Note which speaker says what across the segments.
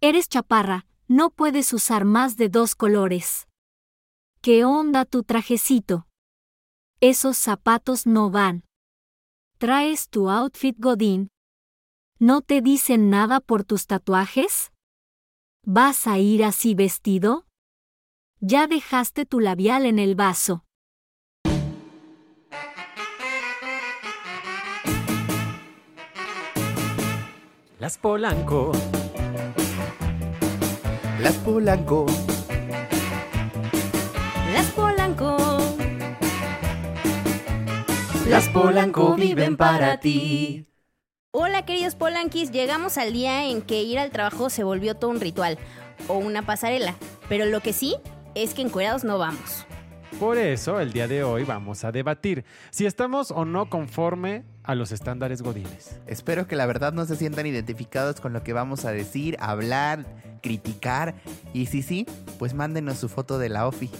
Speaker 1: Eres chaparra, no puedes usar más de dos colores. ¿Qué onda tu trajecito? Esos zapatos no van. ¿Traes tu outfit Godín? ¿No te dicen nada por tus tatuajes? ¿Vas a ir así vestido? Ya dejaste tu labial en el vaso.
Speaker 2: Las Polanco,
Speaker 3: Las Polanco,
Speaker 4: Las Polanco.
Speaker 3: las Polanco viven para ti.
Speaker 4: Hola queridos Polanquis, llegamos al día en que ir al trabajo se volvió todo un ritual o una pasarela, pero lo que sí es que encuerados no vamos.
Speaker 2: Por eso, el día de hoy vamos a debatir si estamos o no conforme a los estándares godines.
Speaker 3: Espero que la verdad no se sientan identificados con lo que vamos a decir, hablar, criticar. Y si sí, pues mándenos su foto de la OFI.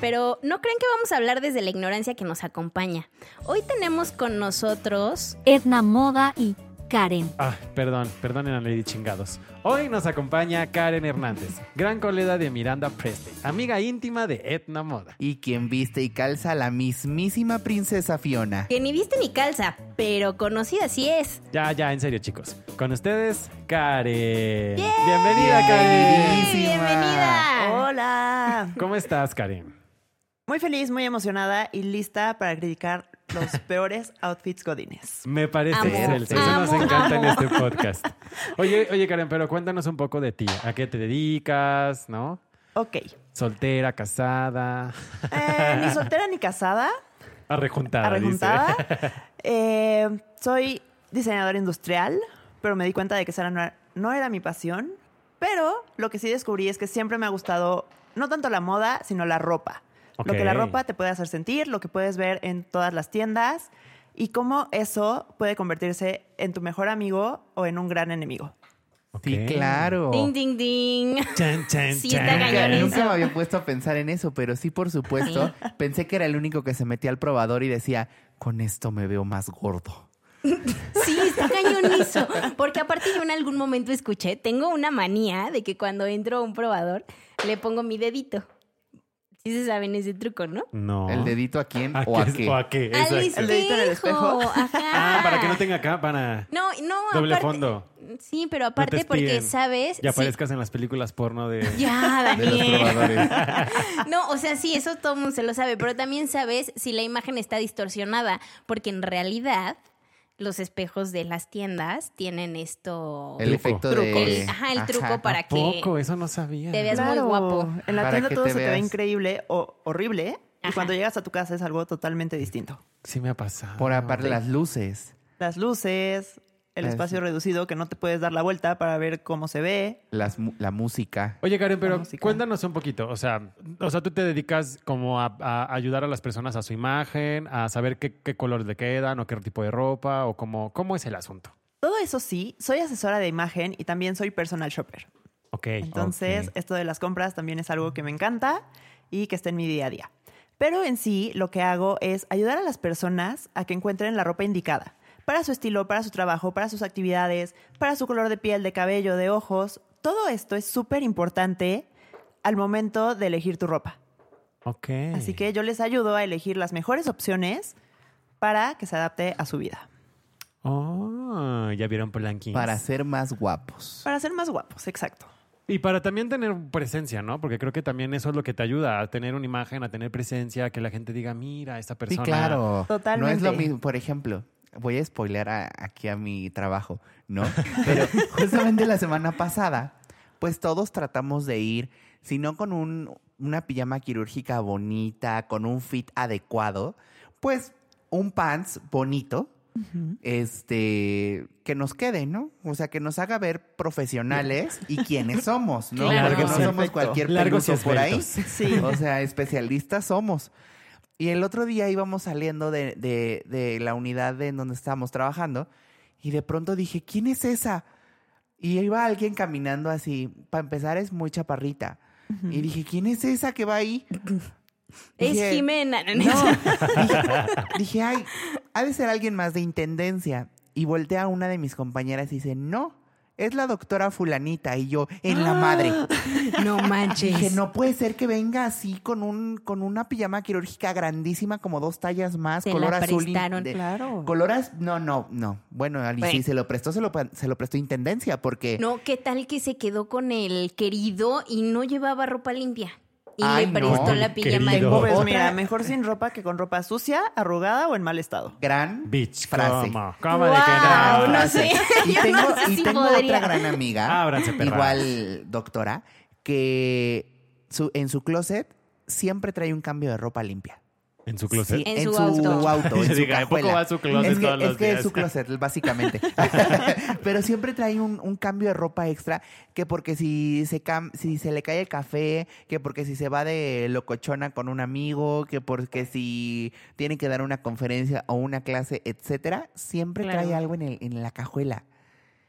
Speaker 4: Pero no creen que vamos a hablar desde la ignorancia que nos acompaña. Hoy tenemos con nosotros
Speaker 1: Edna Moda y Karen.
Speaker 2: Ah, perdón, perdonen a Lady Chingados. Hoy nos acompaña Karen Hernández, gran colega de Miranda Presley, amiga íntima de Etna Moda.
Speaker 3: Y quien viste y calza a la mismísima princesa Fiona.
Speaker 4: que ni viste ni calza, pero conocida sí es.
Speaker 2: Ya, ya, en serio, chicos. Con ustedes, Karen. Bienvenida, Karen.
Speaker 3: Queridísima.
Speaker 2: Ah.
Speaker 4: Bienvenida.
Speaker 5: Hola.
Speaker 2: ¿Cómo estás, Karen?
Speaker 5: Muy feliz, muy emocionada y lista para criticar los peores outfits godines.
Speaker 2: Me parece
Speaker 4: Amo,
Speaker 2: excelente. Eso nos
Speaker 4: amo,
Speaker 2: encanta en
Speaker 4: amo.
Speaker 2: este podcast. Oye, oye, Karen, pero cuéntanos un poco de ti. ¿A qué te dedicas? ¿No?
Speaker 5: Ok.
Speaker 2: Soltera, casada,
Speaker 5: Eh, ni soltera ni casada,
Speaker 2: arrejuntada.
Speaker 5: arrejuntada.
Speaker 2: Ah, dice.
Speaker 5: Eh, soy diseñadora industrial, pero me di cuenta de que esa no era, no era mi pasión. Pero lo que sí descubrí es que siempre me ha gustado no tanto la moda, sino la ropa. Lo que la
Speaker 2: Ok.
Speaker 5: ropa te puede hacer sentir, lo que puedes ver en todas las tiendas y cómo eso puede convertirse en tu mejor amigo o en un gran enemigo.
Speaker 2: Ok.
Speaker 3: Sí, claro.
Speaker 4: Ding, ding, ding.
Speaker 2: Chan, chan,
Speaker 4: Sí,
Speaker 2: chan.
Speaker 4: está
Speaker 3: Nunca,
Speaker 4: cañón
Speaker 3: nunca
Speaker 4: eso.
Speaker 3: me había puesto a pensar en eso, pero sí, por supuesto, pensé que era el único que se metía al probador y decía, con esto me veo más gordo.
Speaker 4: Sí, está cañonizo. Porque aparte yo en algún momento escuché, tengo una manía de que cuando entro a un probador le pongo mi dedito. Sí se saben ese truco, ¿no?
Speaker 2: No.
Speaker 3: ¿El dedito a quién
Speaker 2: ¿A
Speaker 3: o a
Speaker 2: qué?
Speaker 3: qué?
Speaker 2: ¿O a qué?
Speaker 4: Al
Speaker 2: Exacto.
Speaker 5: El dedito en el espejo.
Speaker 4: Ajá.
Speaker 2: Ah, para que no tenga cámara.
Speaker 4: No, no,
Speaker 2: Doble
Speaker 4: aparte-
Speaker 2: fondo.
Speaker 4: Sí, pero aparte
Speaker 2: espíen.
Speaker 4: porque, ¿sabes?
Speaker 2: Y
Speaker 4: Sí.
Speaker 2: aparezcas en las películas porno de...
Speaker 4: Ya,
Speaker 3: De los
Speaker 4: Daniel.
Speaker 3: probadores.
Speaker 4: No, o sea, sí, eso todo el mundo se lo sabe, pero también sabes si la imagen está distorsionada, porque en realidad los espejos de las tiendas tienen esto...
Speaker 3: El
Speaker 2: Truco.
Speaker 3: efecto de...
Speaker 4: El- ajá, el truco
Speaker 3: Ajá.
Speaker 4: para que
Speaker 2: Poco, eso no sabía.
Speaker 4: te veas muy guapo.
Speaker 5: En la
Speaker 3: Para
Speaker 5: tienda
Speaker 3: que
Speaker 5: todo
Speaker 3: te
Speaker 5: se te ve
Speaker 3: veas.
Speaker 5: increíble o horrible.
Speaker 4: Ajá.
Speaker 5: Y cuando llegas a tu casa es algo totalmente distinto.
Speaker 2: Sí me ha pasado.
Speaker 3: Por aparte las luces,
Speaker 5: Las luces, el
Speaker 3: Ah,
Speaker 5: espacio
Speaker 3: sí.
Speaker 5: reducido que no te puedes dar la vuelta para ver cómo se ve.
Speaker 3: las mu- la música.
Speaker 2: Oye, Karen,
Speaker 5: La
Speaker 2: pero
Speaker 5: música.
Speaker 2: cuéntanos un poquito. O sea, o sea, tú te dedicas como a, a ayudar a las personas a su imagen, a saber qué, qué color le quedan o qué tipo de ropa o cómo, cómo es el asunto.
Speaker 5: Todo eso sí, soy asesora de imagen y también soy personal shopper.
Speaker 2: Ok.
Speaker 5: Entonces,
Speaker 3: ok.
Speaker 5: esto de las compras también es algo que me encanta y que está en mi día a día. Pero en sí, lo que hago es ayudar a las personas a que encuentren la ropa indicada para su estilo, para su trabajo, para sus actividades, para su color de piel, de cabello, de ojos. Todo esto es súper importante al momento de elegir tu ropa.
Speaker 2: Ok.
Speaker 5: Así que yo les ayudo a elegir las mejores opciones para que se adapte a su vida,
Speaker 2: Oh, ya vieron Polanquins.
Speaker 3: Para ser más guapos.
Speaker 5: para ser más guapos, exacto.
Speaker 2: Y para también tener presencia, ¿no? Porque creo que también eso es lo que te ayuda a tener una imagen, a tener presencia, que la gente diga, mira, esta
Speaker 3: Sí,
Speaker 2: persona.
Speaker 3: claro. No es
Speaker 5: Totalmente.
Speaker 3: lo mismo, por ejemplo, voy a spoilear a- aquí a mi trabajo, ¿no? Pero justamente la semana pasada, pues todos tratamos de ir, si no con un- una pijama quirúrgica bonita, con un fit adecuado, pues un pants bonito, este, que nos quede, ¿no? O sea, que nos haga ver profesionales y quiénes somos, ¿no?
Speaker 4: Claro.
Speaker 3: Porque no somos
Speaker 5: Perfecto.
Speaker 3: cualquier
Speaker 2: Largos y
Speaker 3: peluso por ahí.
Speaker 2: esbeltos.
Speaker 5: Sí.
Speaker 3: O sea, especialistas somos. Y el otro día íbamos saliendo de, de- de la unidad de en donde estábamos trabajando y de pronto dije, ¿quién es esa? Y iba alguien caminando así. Para empezar, es muy chaparrita. Y dije, ¿quién es esa que va ahí?
Speaker 4: Es
Speaker 3: Dije,
Speaker 4: Jimena. ¿no?
Speaker 3: No. dije, dije, ay, ha de ser alguien más de intendencia. Y voltea a una de mis compañeras y dice, no, es la doctora fulanita y yo, en la madre.
Speaker 4: No manches.
Speaker 3: Dije, no puede ser que venga así con un con una pijama quirúrgica grandísima como dos tallas más,
Speaker 4: Se la
Speaker 3: color azul. in-
Speaker 4: prestaron,
Speaker 3: de-
Speaker 5: Claro.
Speaker 3: color az- no, no, no. Bueno, Ali,
Speaker 5: Bueno.
Speaker 3: sí, se lo prestó, se lo, pa- se lo prestó Intendencia porque
Speaker 4: No, ¿qué tal que se quedó con el querido y no llevaba ropa limpia? Y
Speaker 3: Ay,
Speaker 4: le
Speaker 3: no.
Speaker 4: prestó la
Speaker 2: Querido.
Speaker 4: pijama de
Speaker 2: Tengo-
Speaker 5: Pues
Speaker 3: Otra-
Speaker 5: mira, mejor sin ropa que con ropa sucia, arrugada o en mal estado.
Speaker 3: gran
Speaker 2: Bitch,
Speaker 3: frase.
Speaker 2: ¿cómo? ¿Cómo de que
Speaker 4: Guau,
Speaker 2: no?
Speaker 4: Ah, no sé.
Speaker 3: Y
Speaker 4: Yo
Speaker 3: tengo,
Speaker 4: no sé
Speaker 3: y
Speaker 4: si
Speaker 3: tengo
Speaker 4: podría.
Speaker 3: otra gran amiga,
Speaker 2: Ábranse, perras.
Speaker 3: igual doctora, que su- en su closet siempre trae un cambio de ropa limpia.
Speaker 2: ¿En su closet?
Speaker 3: Sí,
Speaker 4: En su auto.
Speaker 3: auto, en
Speaker 2: Yo
Speaker 3: su
Speaker 2: diga, ¿a poco
Speaker 3: cajuela.
Speaker 2: va a su closet
Speaker 3: es que,
Speaker 2: todos los
Speaker 3: es que
Speaker 2: días?
Speaker 3: es su closet, básicamente. Pero siempre trae un, un cambio de ropa extra, que porque si se, cam- si se le cae el café, que porque si se va de locochona con un amigo, que porque si tiene que dar una conferencia o una clase, etcétera, siempre
Speaker 4: Claro.
Speaker 3: trae algo en, el- en la cajuela.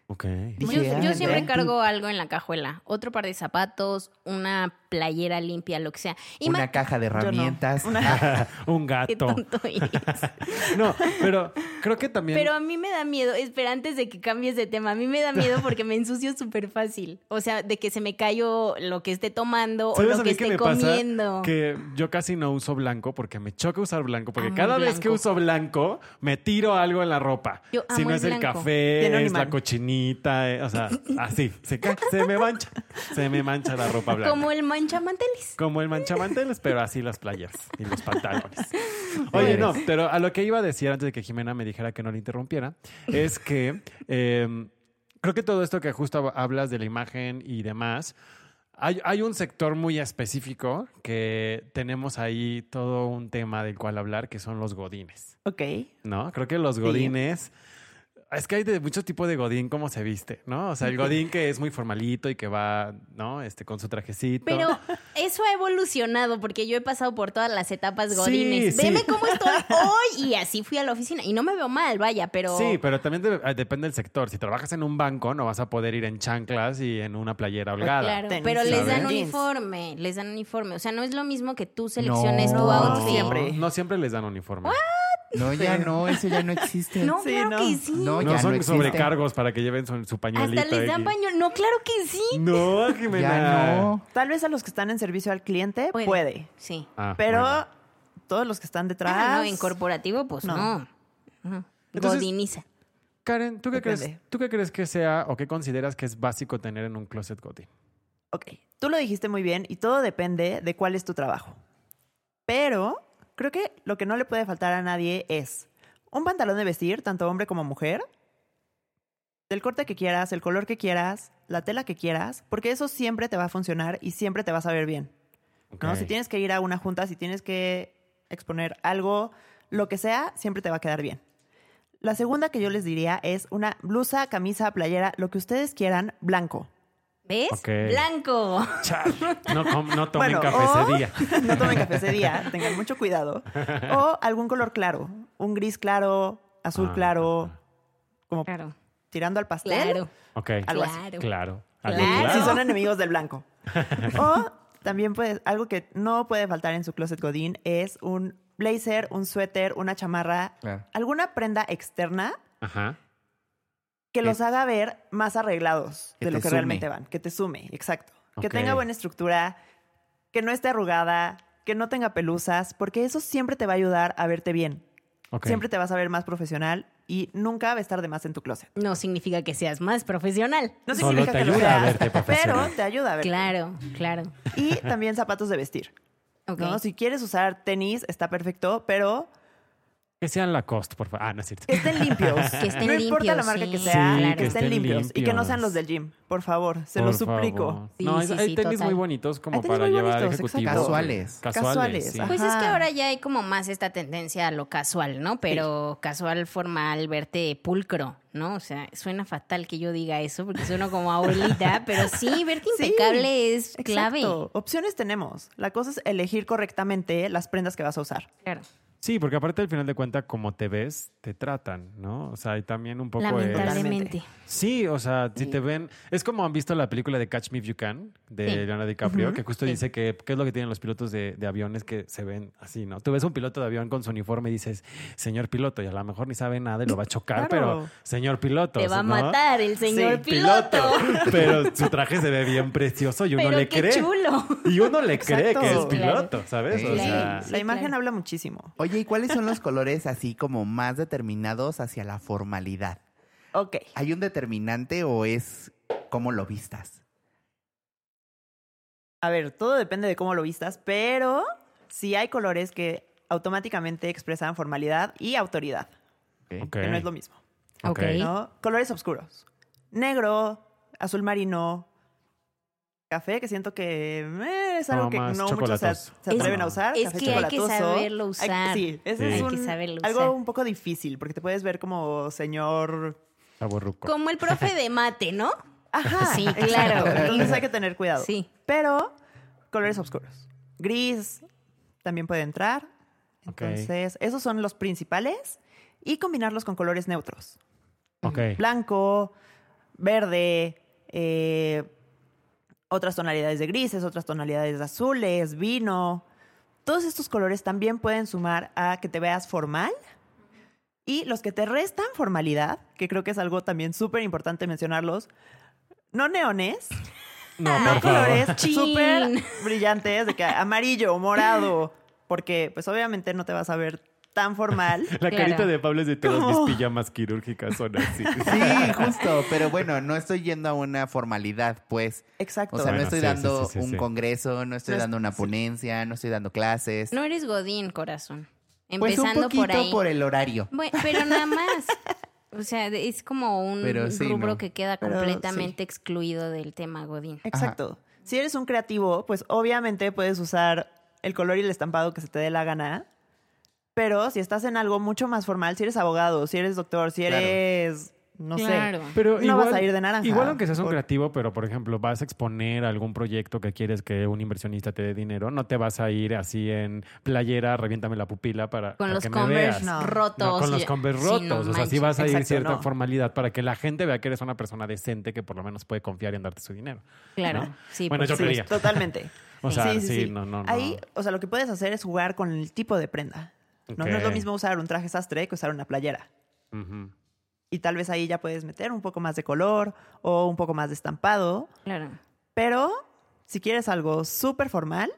Speaker 2: Ok.
Speaker 4: Yo,
Speaker 3: Dije,
Speaker 4: yo
Speaker 3: "Ah,
Speaker 4: siempre
Speaker 3: ya".
Speaker 4: cargo algo en la cajuela. Otro par de zapatos, una playera limpia, lo que sea. Y
Speaker 3: Una
Speaker 4: ma-
Speaker 3: caja de herramientas. Ah,
Speaker 2: Un
Speaker 4: qué
Speaker 2: gato.
Speaker 4: tonto eres.
Speaker 2: No, pero creo que también.
Speaker 4: Pero a mí me da miedo, espera, antes de que cambies de tema, a mí me da miedo porque me ensucio súper fácil. O sea, de que se me cayó lo que esté tomando o
Speaker 2: ¿Sabes
Speaker 4: lo
Speaker 2: a
Speaker 4: que
Speaker 2: mí qué
Speaker 4: esté
Speaker 2: me
Speaker 4: comiendo.
Speaker 2: pasa? Que yo casi no uso blanco porque me choca usar blanco. Porque
Speaker 4: Amo
Speaker 2: cada
Speaker 4: el
Speaker 2: vez que
Speaker 4: blanco.
Speaker 2: uso blanco, me tiro algo en la ropa.
Speaker 4: Yo
Speaker 2: si no
Speaker 4: amo el
Speaker 2: es el
Speaker 4: blanco.
Speaker 5: Tiene un
Speaker 2: café, es la
Speaker 5: imán.
Speaker 2: cochinita, eh, o sea, así. Se, ca- se me mancha. Se me mancha la ropa blanca.
Speaker 4: Como el manchamanteles.
Speaker 2: Como el manchamanteles, pero así las playeras y los pantalones. Oye, no, pero a lo que iba a decir antes de que Jimena me dijera que no le interrumpiera, es que eh, creo que todo esto que justo hablas de la imagen y demás, hay, hay un sector muy específico que tenemos ahí todo un tema del cual hablar, que son los godines,
Speaker 5: Ok.
Speaker 2: ¿no? Creo que los godines... Es que hay de muchos tipos de godín como se viste, ¿no? O sea, el godín que es muy formalito y que va, ¿no? Este, con su trajecito.
Speaker 4: Pero eso ha evolucionado porque yo he pasado por todas las etapas
Speaker 2: Sí,
Speaker 4: godines.
Speaker 2: sí.
Speaker 4: Veme cómo estoy hoy y así fui a la oficina y no me veo mal, vaya, pero
Speaker 2: Sí, pero también de- depende del sector. Si trabajas en un banco, no vas a poder ir en chanclas y en una playera holgada.
Speaker 4: Ah, Claro,
Speaker 5: Tenis,
Speaker 4: pero les dan
Speaker 2: ¿sabes?
Speaker 4: uniforme, les dan uniforme. O sea, no es lo mismo que tú selecciones
Speaker 3: No.
Speaker 4: tu
Speaker 2: No,
Speaker 4: outfit.
Speaker 5: siempre.
Speaker 2: No siempre les dan uniforme.
Speaker 3: No, ya no, eso ya no existe.
Speaker 4: No,
Speaker 5: Sí,
Speaker 4: claro
Speaker 5: no.
Speaker 4: que sí.
Speaker 3: No,
Speaker 2: No
Speaker 3: ya
Speaker 2: son
Speaker 3: existe.
Speaker 2: sobrecargos para que lleven su, su pañuelito.
Speaker 4: Hasta les dan
Speaker 2: y-
Speaker 4: pañuelo. No, claro que sí.
Speaker 2: No, Jimena.
Speaker 3: Ya no.
Speaker 5: Tal vez a los que están en servicio al cliente puede,
Speaker 4: Puede. Sí.
Speaker 2: Ah,
Speaker 5: pero
Speaker 2: bueno.
Speaker 5: todos los que están detrás.
Speaker 4: Ah, no, en corporativo, pues
Speaker 5: No.
Speaker 4: no. Ajá.
Speaker 2: Entonces-
Speaker 4: Godiniza.
Speaker 2: Karen, ¿tú qué,
Speaker 5: Depende.
Speaker 2: crees, ¿tú qué crees que sea o qué consideras que es básico tener en un closet godín?
Speaker 5: Ok, tú lo dijiste muy bien y todo depende de cuál es tu trabajo. Pero creo que lo que no le puede faltar a nadie es un pantalón de vestir, tanto hombre como mujer, del corte que quieras, el color que quieras, la tela que quieras, porque eso siempre te va a funcionar y siempre te vas a ver bien. ¿no?
Speaker 2: Ok.
Speaker 5: Si tienes que ir a una junta, si tienes que exponer algo, lo que sea, siempre te va a quedar bien. La segunda que yo les diría es una blusa, camisa, playera, lo que ustedes quieran, blanco.
Speaker 4: ¿Ves?
Speaker 2: Ok.
Speaker 4: Blanco.
Speaker 2: Chale, no, com- no tomen
Speaker 5: Bueno,
Speaker 2: café
Speaker 5: o-
Speaker 2: ese día.
Speaker 5: no tomen café ese día, tengan mucho cuidado. O algún color claro, un gris claro, azul
Speaker 2: Ah,
Speaker 5: claro, como
Speaker 4: Claro.
Speaker 5: tirando al pastel.
Speaker 4: Claro.
Speaker 2: Ok.
Speaker 5: oh. Algo así.
Speaker 4: claro.
Speaker 2: Claro. Algo
Speaker 4: Claro.
Speaker 5: Si son enemigos del blanco. O también puedes, algo que no puede faltar en su closet godín es un blazer, un suéter, una chamarra,
Speaker 3: Claro.
Speaker 5: alguna prenda externa
Speaker 2: Ajá.
Speaker 5: que
Speaker 3: Que-
Speaker 5: los haga ver más arreglados
Speaker 3: que
Speaker 5: de lo
Speaker 3: te
Speaker 5: que
Speaker 3: sume.
Speaker 5: realmente van, que te sume, exacto. Que
Speaker 2: Ok.
Speaker 5: tenga buena estructura, que no esté arrugada, que no tenga pelusas, porque eso siempre te va a ayudar a verte bien.
Speaker 2: Ok.
Speaker 5: Siempre te vas a ver más profesional y nunca va a estar de más en tu closet.
Speaker 4: No significa que seas más profesional.
Speaker 5: No
Speaker 2: Solo
Speaker 5: significa
Speaker 2: te
Speaker 5: que lo
Speaker 2: ayuda a
Speaker 5: seas,
Speaker 2: verte profesional.
Speaker 5: pero te ayuda a ver.
Speaker 4: Claro, claro.
Speaker 5: Y también zapatos de vestir.
Speaker 4: Ok.
Speaker 5: ¿no? Si quieres usar tenis, está perfecto, pero
Speaker 2: Que sean Lacoste, por favor. Ah, no es cierto.
Speaker 5: que estén limpios.
Speaker 4: Que estén
Speaker 5: no importa la
Speaker 4: limpios,
Speaker 5: marca que
Speaker 4: sí,
Speaker 5: sea,
Speaker 4: Sí, claro.
Speaker 5: que estén limpios. Y que no sean los del gym, por favor, se los
Speaker 2: Por
Speaker 5: suplico.
Speaker 2: favor.
Speaker 4: Sí,
Speaker 2: no,
Speaker 4: sí,
Speaker 2: hay
Speaker 4: sí,
Speaker 2: tenis
Speaker 4: total.
Speaker 2: muy bonitos como
Speaker 5: Hay tenis
Speaker 2: para
Speaker 5: muy
Speaker 2: llevar
Speaker 5: bonitos,
Speaker 2: ejecutivos.
Speaker 5: exacto.
Speaker 3: Casuales.
Speaker 2: Casuales.
Speaker 5: Casuales,
Speaker 2: sí.
Speaker 5: ajá.
Speaker 4: Pues es que ahora ya hay como más esta tendencia a lo casual, ¿no? Pero casual, formal, verte pulcro, ¿no? O sea, suena fatal que yo diga eso porque sueno como abuelita, pero sí, verte
Speaker 5: Sí,
Speaker 4: impecable es clave.
Speaker 5: Exacto. Opciones tenemos. La cosa es elegir correctamente las prendas que vas a usar.
Speaker 4: Claro.
Speaker 2: Sí, porque aparte al final de cuentas, como te ves, te tratan, ¿no? O sea, y también un poco es...
Speaker 4: Lamentablemente.
Speaker 2: Sí, o sea, si te ven... Es como han visto la película de Catch Me If You Can, de
Speaker 4: Sí.
Speaker 2: Leonardo DiCaprio, que justo
Speaker 4: sí.
Speaker 2: dice que qué es lo que tienen los pilotos de, de aviones que se ven así, ¿no? Tú ves un piloto de avión con su uniforme y dices, señor piloto, y a lo mejor ni sabe nada y lo va a chocar,
Speaker 5: Claro.
Speaker 2: pero señor piloto.
Speaker 4: Te va a
Speaker 2: ¿no?
Speaker 4: matar el señor
Speaker 2: Sí,
Speaker 4: piloto.
Speaker 2: Pero su traje se ve bien precioso y uno
Speaker 4: Pero
Speaker 2: le
Speaker 4: qué
Speaker 2: cree.
Speaker 4: chulo.
Speaker 2: Y uno le cree
Speaker 5: Exacto.
Speaker 2: que es
Speaker 5: Sí,
Speaker 2: piloto,
Speaker 4: claro.
Speaker 2: ¿sabes? O
Speaker 3: Sí.
Speaker 2: sea,
Speaker 4: Sí,
Speaker 5: La imagen
Speaker 4: claro.
Speaker 5: habla muchísimo.
Speaker 3: Oye, ¿y cuáles son los colores así como más determinados hacia la formalidad?
Speaker 5: Ok.
Speaker 3: ¿Hay un determinante o es cómo lo vistas?
Speaker 5: A ver, todo depende de cómo lo vistas, pero sí hay colores que automáticamente expresan formalidad y autoridad,
Speaker 2: ok.
Speaker 5: que no es lo mismo.
Speaker 4: Ok.
Speaker 2: Ok.
Speaker 5: ¿no? Colores oscuros. Negro, azul marino, café, que siento que eh, es algo
Speaker 2: Como
Speaker 5: que
Speaker 2: más
Speaker 5: no muchos se,
Speaker 2: chocolatoso.
Speaker 5: se atreven
Speaker 2: Es-
Speaker 5: a usar.
Speaker 4: es
Speaker 5: café
Speaker 4: que hay que
Speaker 5: chocolatoso.
Speaker 4: saberlo
Speaker 5: Hay-
Speaker 4: usar.
Speaker 5: sí, ese
Speaker 2: Sí.
Speaker 5: es
Speaker 2: Hay
Speaker 5: un-
Speaker 4: que saberlo usar.
Speaker 5: algo un poco difícil, porque te puedes ver como señor...
Speaker 2: Chavorruco.
Speaker 4: Como el profe de mate, ¿no?
Speaker 5: Ajá,
Speaker 4: Sí,
Speaker 5: exacto.
Speaker 4: claro.
Speaker 5: Entonces hay que tener cuidado.
Speaker 4: Sí.
Speaker 5: Pero colores oscuros. Gris también puede entrar.
Speaker 2: Ok.
Speaker 5: Entonces, esos son los principales. Y combinarlos con colores neutros.
Speaker 2: Ok.
Speaker 5: Blanco, verde, eh, otras tonalidades de grises, otras tonalidades de azules, vino. Todos estos colores también pueden sumar a que te veas formal. Y los que te restan formalidad, que creo que es algo también súper importante mencionarlos, no neones,
Speaker 2: No,
Speaker 5: no
Speaker 2: por favor.
Speaker 5: colores
Speaker 4: Chin.
Speaker 5: súper brillantes, de que amarillo, morado, porque pues obviamente no te vas a ver tan formal.
Speaker 2: La
Speaker 4: Claro.
Speaker 2: carita de Pablo es de todas
Speaker 5: ¿Cómo?
Speaker 2: mis pijamas quirúrgicas son así.
Speaker 3: Sí, justo, pero bueno, no estoy yendo a una formalidad, pues.
Speaker 5: Exacto.
Speaker 3: O sea,
Speaker 2: Bueno,
Speaker 3: no estoy
Speaker 2: sí,
Speaker 3: dando
Speaker 2: sí, sí, sí,
Speaker 3: un
Speaker 2: sí.
Speaker 3: congreso, no estoy
Speaker 5: No es-
Speaker 3: dando una ponencia, no estoy dando clases.
Speaker 4: No eres Godín, corazón.
Speaker 3: pues un
Speaker 4: Empezando
Speaker 3: poquito
Speaker 4: por ahí.
Speaker 3: el horario.
Speaker 4: Bueno, pero nada más. O sea, de- es como un
Speaker 3: Pero sí,
Speaker 4: rubro
Speaker 3: no.
Speaker 4: que queda
Speaker 5: Pero
Speaker 4: completamente excluido del tema Godín.
Speaker 5: Exacto. Si eres un creativo, pues obviamente puedes usar el color y el estampado que se te dé la gana. Pero si estás en algo mucho más formal, si eres abogado, si eres doctor, si
Speaker 3: Claro.
Speaker 5: eres, no
Speaker 4: Claro.
Speaker 5: sé.
Speaker 2: Pero
Speaker 5: No
Speaker 2: igual,
Speaker 5: vas a ir de naranja.
Speaker 2: Igual aunque seas un
Speaker 5: Por-
Speaker 2: creativo, pero por ejemplo, vas a exponer algún proyecto que quieres que un inversionista te dé dinero, no te vas a ir así en playera, reviéntame la pupila para,
Speaker 4: Con
Speaker 2: para
Speaker 4: los
Speaker 2: que me veas.
Speaker 4: Converse
Speaker 5: No,
Speaker 4: rotos.
Speaker 2: No, con los
Speaker 4: y-
Speaker 2: Converse
Speaker 4: Sí, no
Speaker 2: rotos. o sea, sí
Speaker 4: manches.
Speaker 2: vas a ir
Speaker 5: Exacto,
Speaker 2: cierta
Speaker 5: no.
Speaker 2: formalidad para que la gente vea que eres una persona decente que por lo menos puede confiar en darte su dinero.
Speaker 4: Claro,
Speaker 2: ¿no?
Speaker 4: sí.
Speaker 2: Bueno,
Speaker 4: por
Speaker 2: yo
Speaker 4: supuesto.
Speaker 2: creía.
Speaker 5: Totalmente.
Speaker 2: O sea, sí, no, no, no.
Speaker 5: Ahí, o sea, lo que puedes hacer es jugar con el tipo de prenda. ¿no? No, es lo
Speaker 2: Ok.
Speaker 5: mismo usar un traje sastre que usar una playera.
Speaker 2: Ujú.
Speaker 5: Y tal vez ahí ya puedes meter un poco más de color o un poco más de estampado.
Speaker 4: Claro.
Speaker 5: Pero si quieres algo súper formal,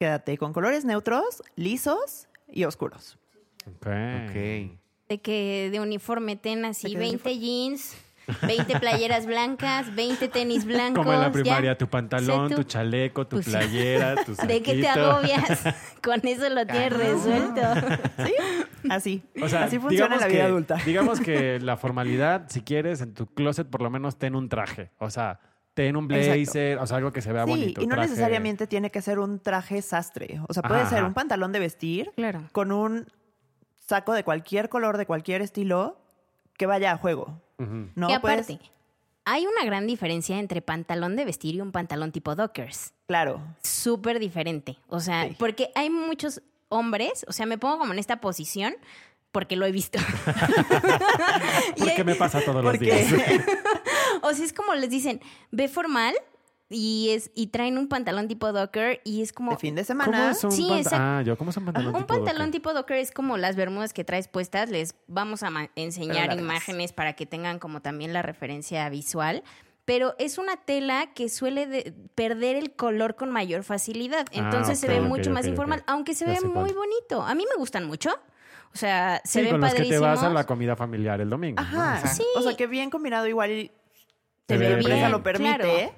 Speaker 5: quédate con colores neutros, lisos y oscuros.
Speaker 2: Ok.
Speaker 3: Ok.
Speaker 4: De que de uniforme ten
Speaker 5: De
Speaker 4: así
Speaker 5: que de
Speaker 4: 20 jeans, 20 playeras blancas, 20 tenis blancos.
Speaker 2: Como en la
Speaker 4: ya.
Speaker 2: primaria, tu pantalón,
Speaker 4: Sé tú.
Speaker 2: tu chaleco, tu
Speaker 4: Pues sí.
Speaker 2: playera, tu
Speaker 4: ¿De qué te
Speaker 2: saquito.
Speaker 4: agobias? Con eso lo tienes resuelto.
Speaker 5: ¿Sí? Así.
Speaker 2: O sea,
Speaker 5: Así funciona
Speaker 2: digamos
Speaker 5: la vida
Speaker 2: que-
Speaker 5: adulta.
Speaker 2: Digamos que la formalidad, si quieres, en tu closet por lo menos ten un traje. O sea, ten un blazer, o sea, algo que se vea
Speaker 5: Sí,
Speaker 2: bonito.
Speaker 5: y no
Speaker 2: traje-
Speaker 5: necesariamente tiene que ser un traje sastre. O sea, puede
Speaker 2: Ajá,
Speaker 5: ser
Speaker 2: ajá.
Speaker 5: un pantalón de vestir
Speaker 4: Claro.
Speaker 5: con un saco de cualquier color, de cualquier estilo, que vaya a juego.
Speaker 2: Ujú.
Speaker 5: ¿no? pues.
Speaker 4: y
Speaker 5: Puedes-
Speaker 4: aparte, hay una gran diferencia entre pantalón de vestir y un pantalón tipo Dockers.
Speaker 5: claro.
Speaker 4: Súper diferente. O sea,
Speaker 5: Sí.
Speaker 4: porque hay muchos hombres, o sea, me pongo como en esta posición porque lo he visto. Y
Speaker 2: Porque
Speaker 4: hay-
Speaker 2: me pasa todos los
Speaker 5: Porque-
Speaker 2: días.
Speaker 4: O sea, es como les dicen, ve formal y es y traen un pantalón tipo Docker y es como
Speaker 5: De fin de
Speaker 2: ¿Cómo
Speaker 5: semana.
Speaker 2: es un
Speaker 4: Sí,
Speaker 2: pantalón?
Speaker 4: exacto.
Speaker 2: Ah, yo, ¿cómo es un pantalón
Speaker 4: un
Speaker 2: tipo
Speaker 4: pantalón
Speaker 2: Docker?
Speaker 4: tipo Docker es como las bermudas que traes puestas, les vamos a ma- enseñar
Speaker 5: largas.
Speaker 4: imágenes para que tengan como también la referencia visual, pero es una tela que suele de- perder el color con mayor facilidad,
Speaker 2: Ah,
Speaker 4: entonces se
Speaker 2: ok,
Speaker 4: ve
Speaker 2: ok,
Speaker 4: mucho
Speaker 2: ok,
Speaker 4: más
Speaker 2: ok.
Speaker 4: informal, aunque se
Speaker 2: Ya
Speaker 4: ve
Speaker 2: sé cuál.
Speaker 4: muy bonito. A mí me gustan mucho, o sea, se
Speaker 2: Sí,
Speaker 4: ven
Speaker 2: con los que te
Speaker 4: padrísimos.
Speaker 2: vas a la comida familiar el domingo.
Speaker 5: Ajá.
Speaker 4: Ah, Sí.
Speaker 5: O sea, que bien combinado igual y
Speaker 2: Se
Speaker 5: si
Speaker 2: ve
Speaker 5: la empresa
Speaker 2: bien,
Speaker 5: lo permite,
Speaker 4: claro.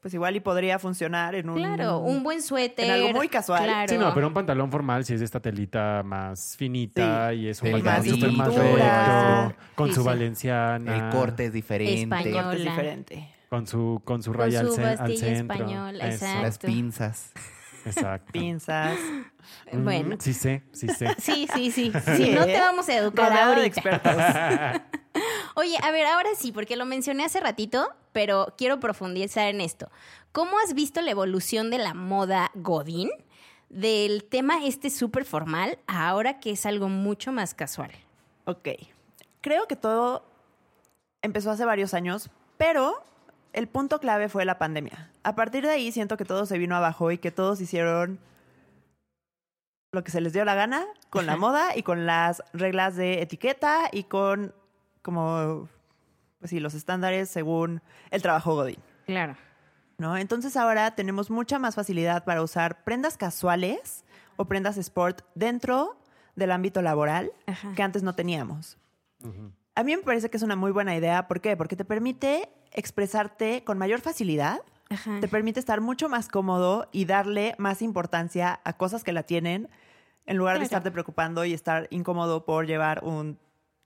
Speaker 5: pues igual y podría funcionar en un...
Speaker 4: Claro, un buen suéter.
Speaker 5: Mm. En algo muy casual.
Speaker 4: Claro.
Speaker 2: Sí, no, pero un pantalón formal sí es de esta telita más finita y es un pantalón
Speaker 3: Delgadito.
Speaker 2: súper más
Speaker 5: Cintura.
Speaker 2: recto, con
Speaker 4: Sí,
Speaker 2: su
Speaker 4: sí.
Speaker 2: valenciana.
Speaker 3: El corte es diferente.
Speaker 5: El
Speaker 4: Ah. Español.
Speaker 5: corte es
Speaker 4: Hola.
Speaker 5: diferente.
Speaker 2: Con su, con su
Speaker 4: Con
Speaker 2: raya al,
Speaker 4: su
Speaker 2: cen- al
Speaker 4: bastilla
Speaker 2: centro.
Speaker 4: española,
Speaker 2: Eso,
Speaker 4: exacto.
Speaker 3: Las pinzas.
Speaker 2: exacto.
Speaker 5: Pinzas.
Speaker 2: Mm,
Speaker 4: Bueno.
Speaker 2: Sí sé, sí sé.
Speaker 4: Sí, sí, sí.
Speaker 5: Sí,
Speaker 4: Sí, no
Speaker 5: ¿eh?
Speaker 4: te vamos a educar
Speaker 5: Rodeado de
Speaker 4: ahorita.
Speaker 5: expertos.
Speaker 4: Oye, a ver, ahora sí, porque lo mencioné hace ratito, pero quiero profundizar en esto. ¿Cómo has visto la evolución de la moda Godín del tema este súper formal a ahora que es algo mucho más casual.
Speaker 5: Ok. Creo que todo empezó hace varios años, pero el punto clave fue la pandemia. A partir de ahí siento que todo se vino abajo y que todos hicieron lo que se les dio la gana con la moda y con las reglas de etiqueta y con como pues sí, los estándares según el trabajo Godín.
Speaker 4: Claro.
Speaker 5: ¿no? Entonces ahora tenemos mucha más facilidad para usar prendas casuales o prendas sport dentro del ámbito laboral
Speaker 4: Ajá.
Speaker 5: que antes no teníamos. A mí me parece que es una muy buena idea. ¿Por qué? Porque te permite expresarte con mayor facilidad,
Speaker 4: Ajá.
Speaker 5: te permite estar mucho más cómodo y darle más importancia a cosas que la tienen en lugar de
Speaker 4: Claro.
Speaker 5: estarte preocupando y estar incómodo por llevar un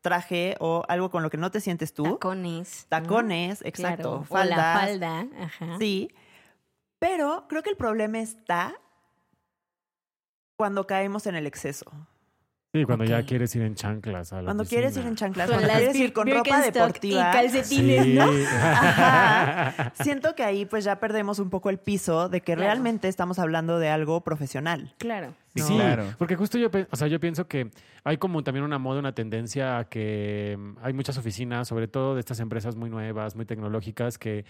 Speaker 5: traje o algo con lo que no te sientes tú.
Speaker 4: Tacones. ¿no?
Speaker 5: Tacones, exacto,
Speaker 4: Claro. O la
Speaker 5: faldas.
Speaker 4: falda. Ajá.
Speaker 5: Sí, pero creo que el problema está cuando caemos en el exceso.
Speaker 2: Sí, cuando
Speaker 4: Ok.
Speaker 2: ya quieres ir en chanclas. a la
Speaker 5: Cuando quieres ir
Speaker 2: oficina.
Speaker 5: en chanclas,
Speaker 4: Con
Speaker 5: cuando
Speaker 4: las
Speaker 5: quieres ir con ropa
Speaker 4: Birkenstock
Speaker 5: deportiva.
Speaker 4: y calcetines,
Speaker 2: Sí.
Speaker 4: ¿no?
Speaker 5: Ajá. Siento que ahí pues ya perdemos un poco el piso de que
Speaker 4: Claro.
Speaker 5: realmente estamos hablando de algo profesional.
Speaker 4: Claro.
Speaker 3: No.
Speaker 2: Sí,
Speaker 3: Claro.
Speaker 2: porque justo yo, pe- o sea, yo pienso que hay como también una moda, una tendencia a que mm, hay muchas oficinas, sobre todo de estas empresas muy nuevas, muy tecnológicas, que,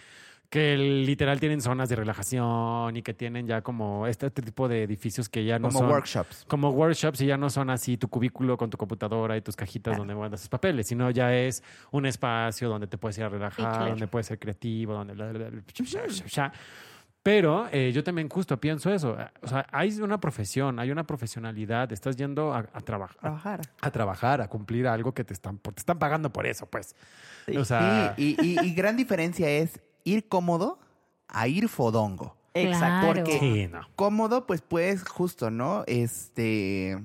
Speaker 2: que literal tienen zonas de relajación y que tienen ya como este tipo de edificios que ya no
Speaker 3: Como
Speaker 2: son...
Speaker 3: workshops.
Speaker 2: Como workshops y ya no son así tu cubículo con tu computadora y tus cajitas donde guardas tus papeles, sino ya es un espacio donde te puedes ir a relajar,
Speaker 4: claro.
Speaker 2: donde puedes ser creativo, donde... bla, bla, bla, sha, sha, sha. Pero eh, yo también justo pienso eso. O sea, hay una profesión, hay una profesionalidad. Estás yendo a, a trabajar.
Speaker 5: Trabajar.
Speaker 2: A trabajar, a cumplir algo que te están, te están pagando por eso, pues. O sea,
Speaker 3: Sí, y, y- y gran diferencia es ir cómodo a ir fodongo.
Speaker 5: Exacto.
Speaker 4: Claro.
Speaker 3: Porque
Speaker 2: sí, no.
Speaker 3: Cómodo, pues puedes justo, ¿no? Este.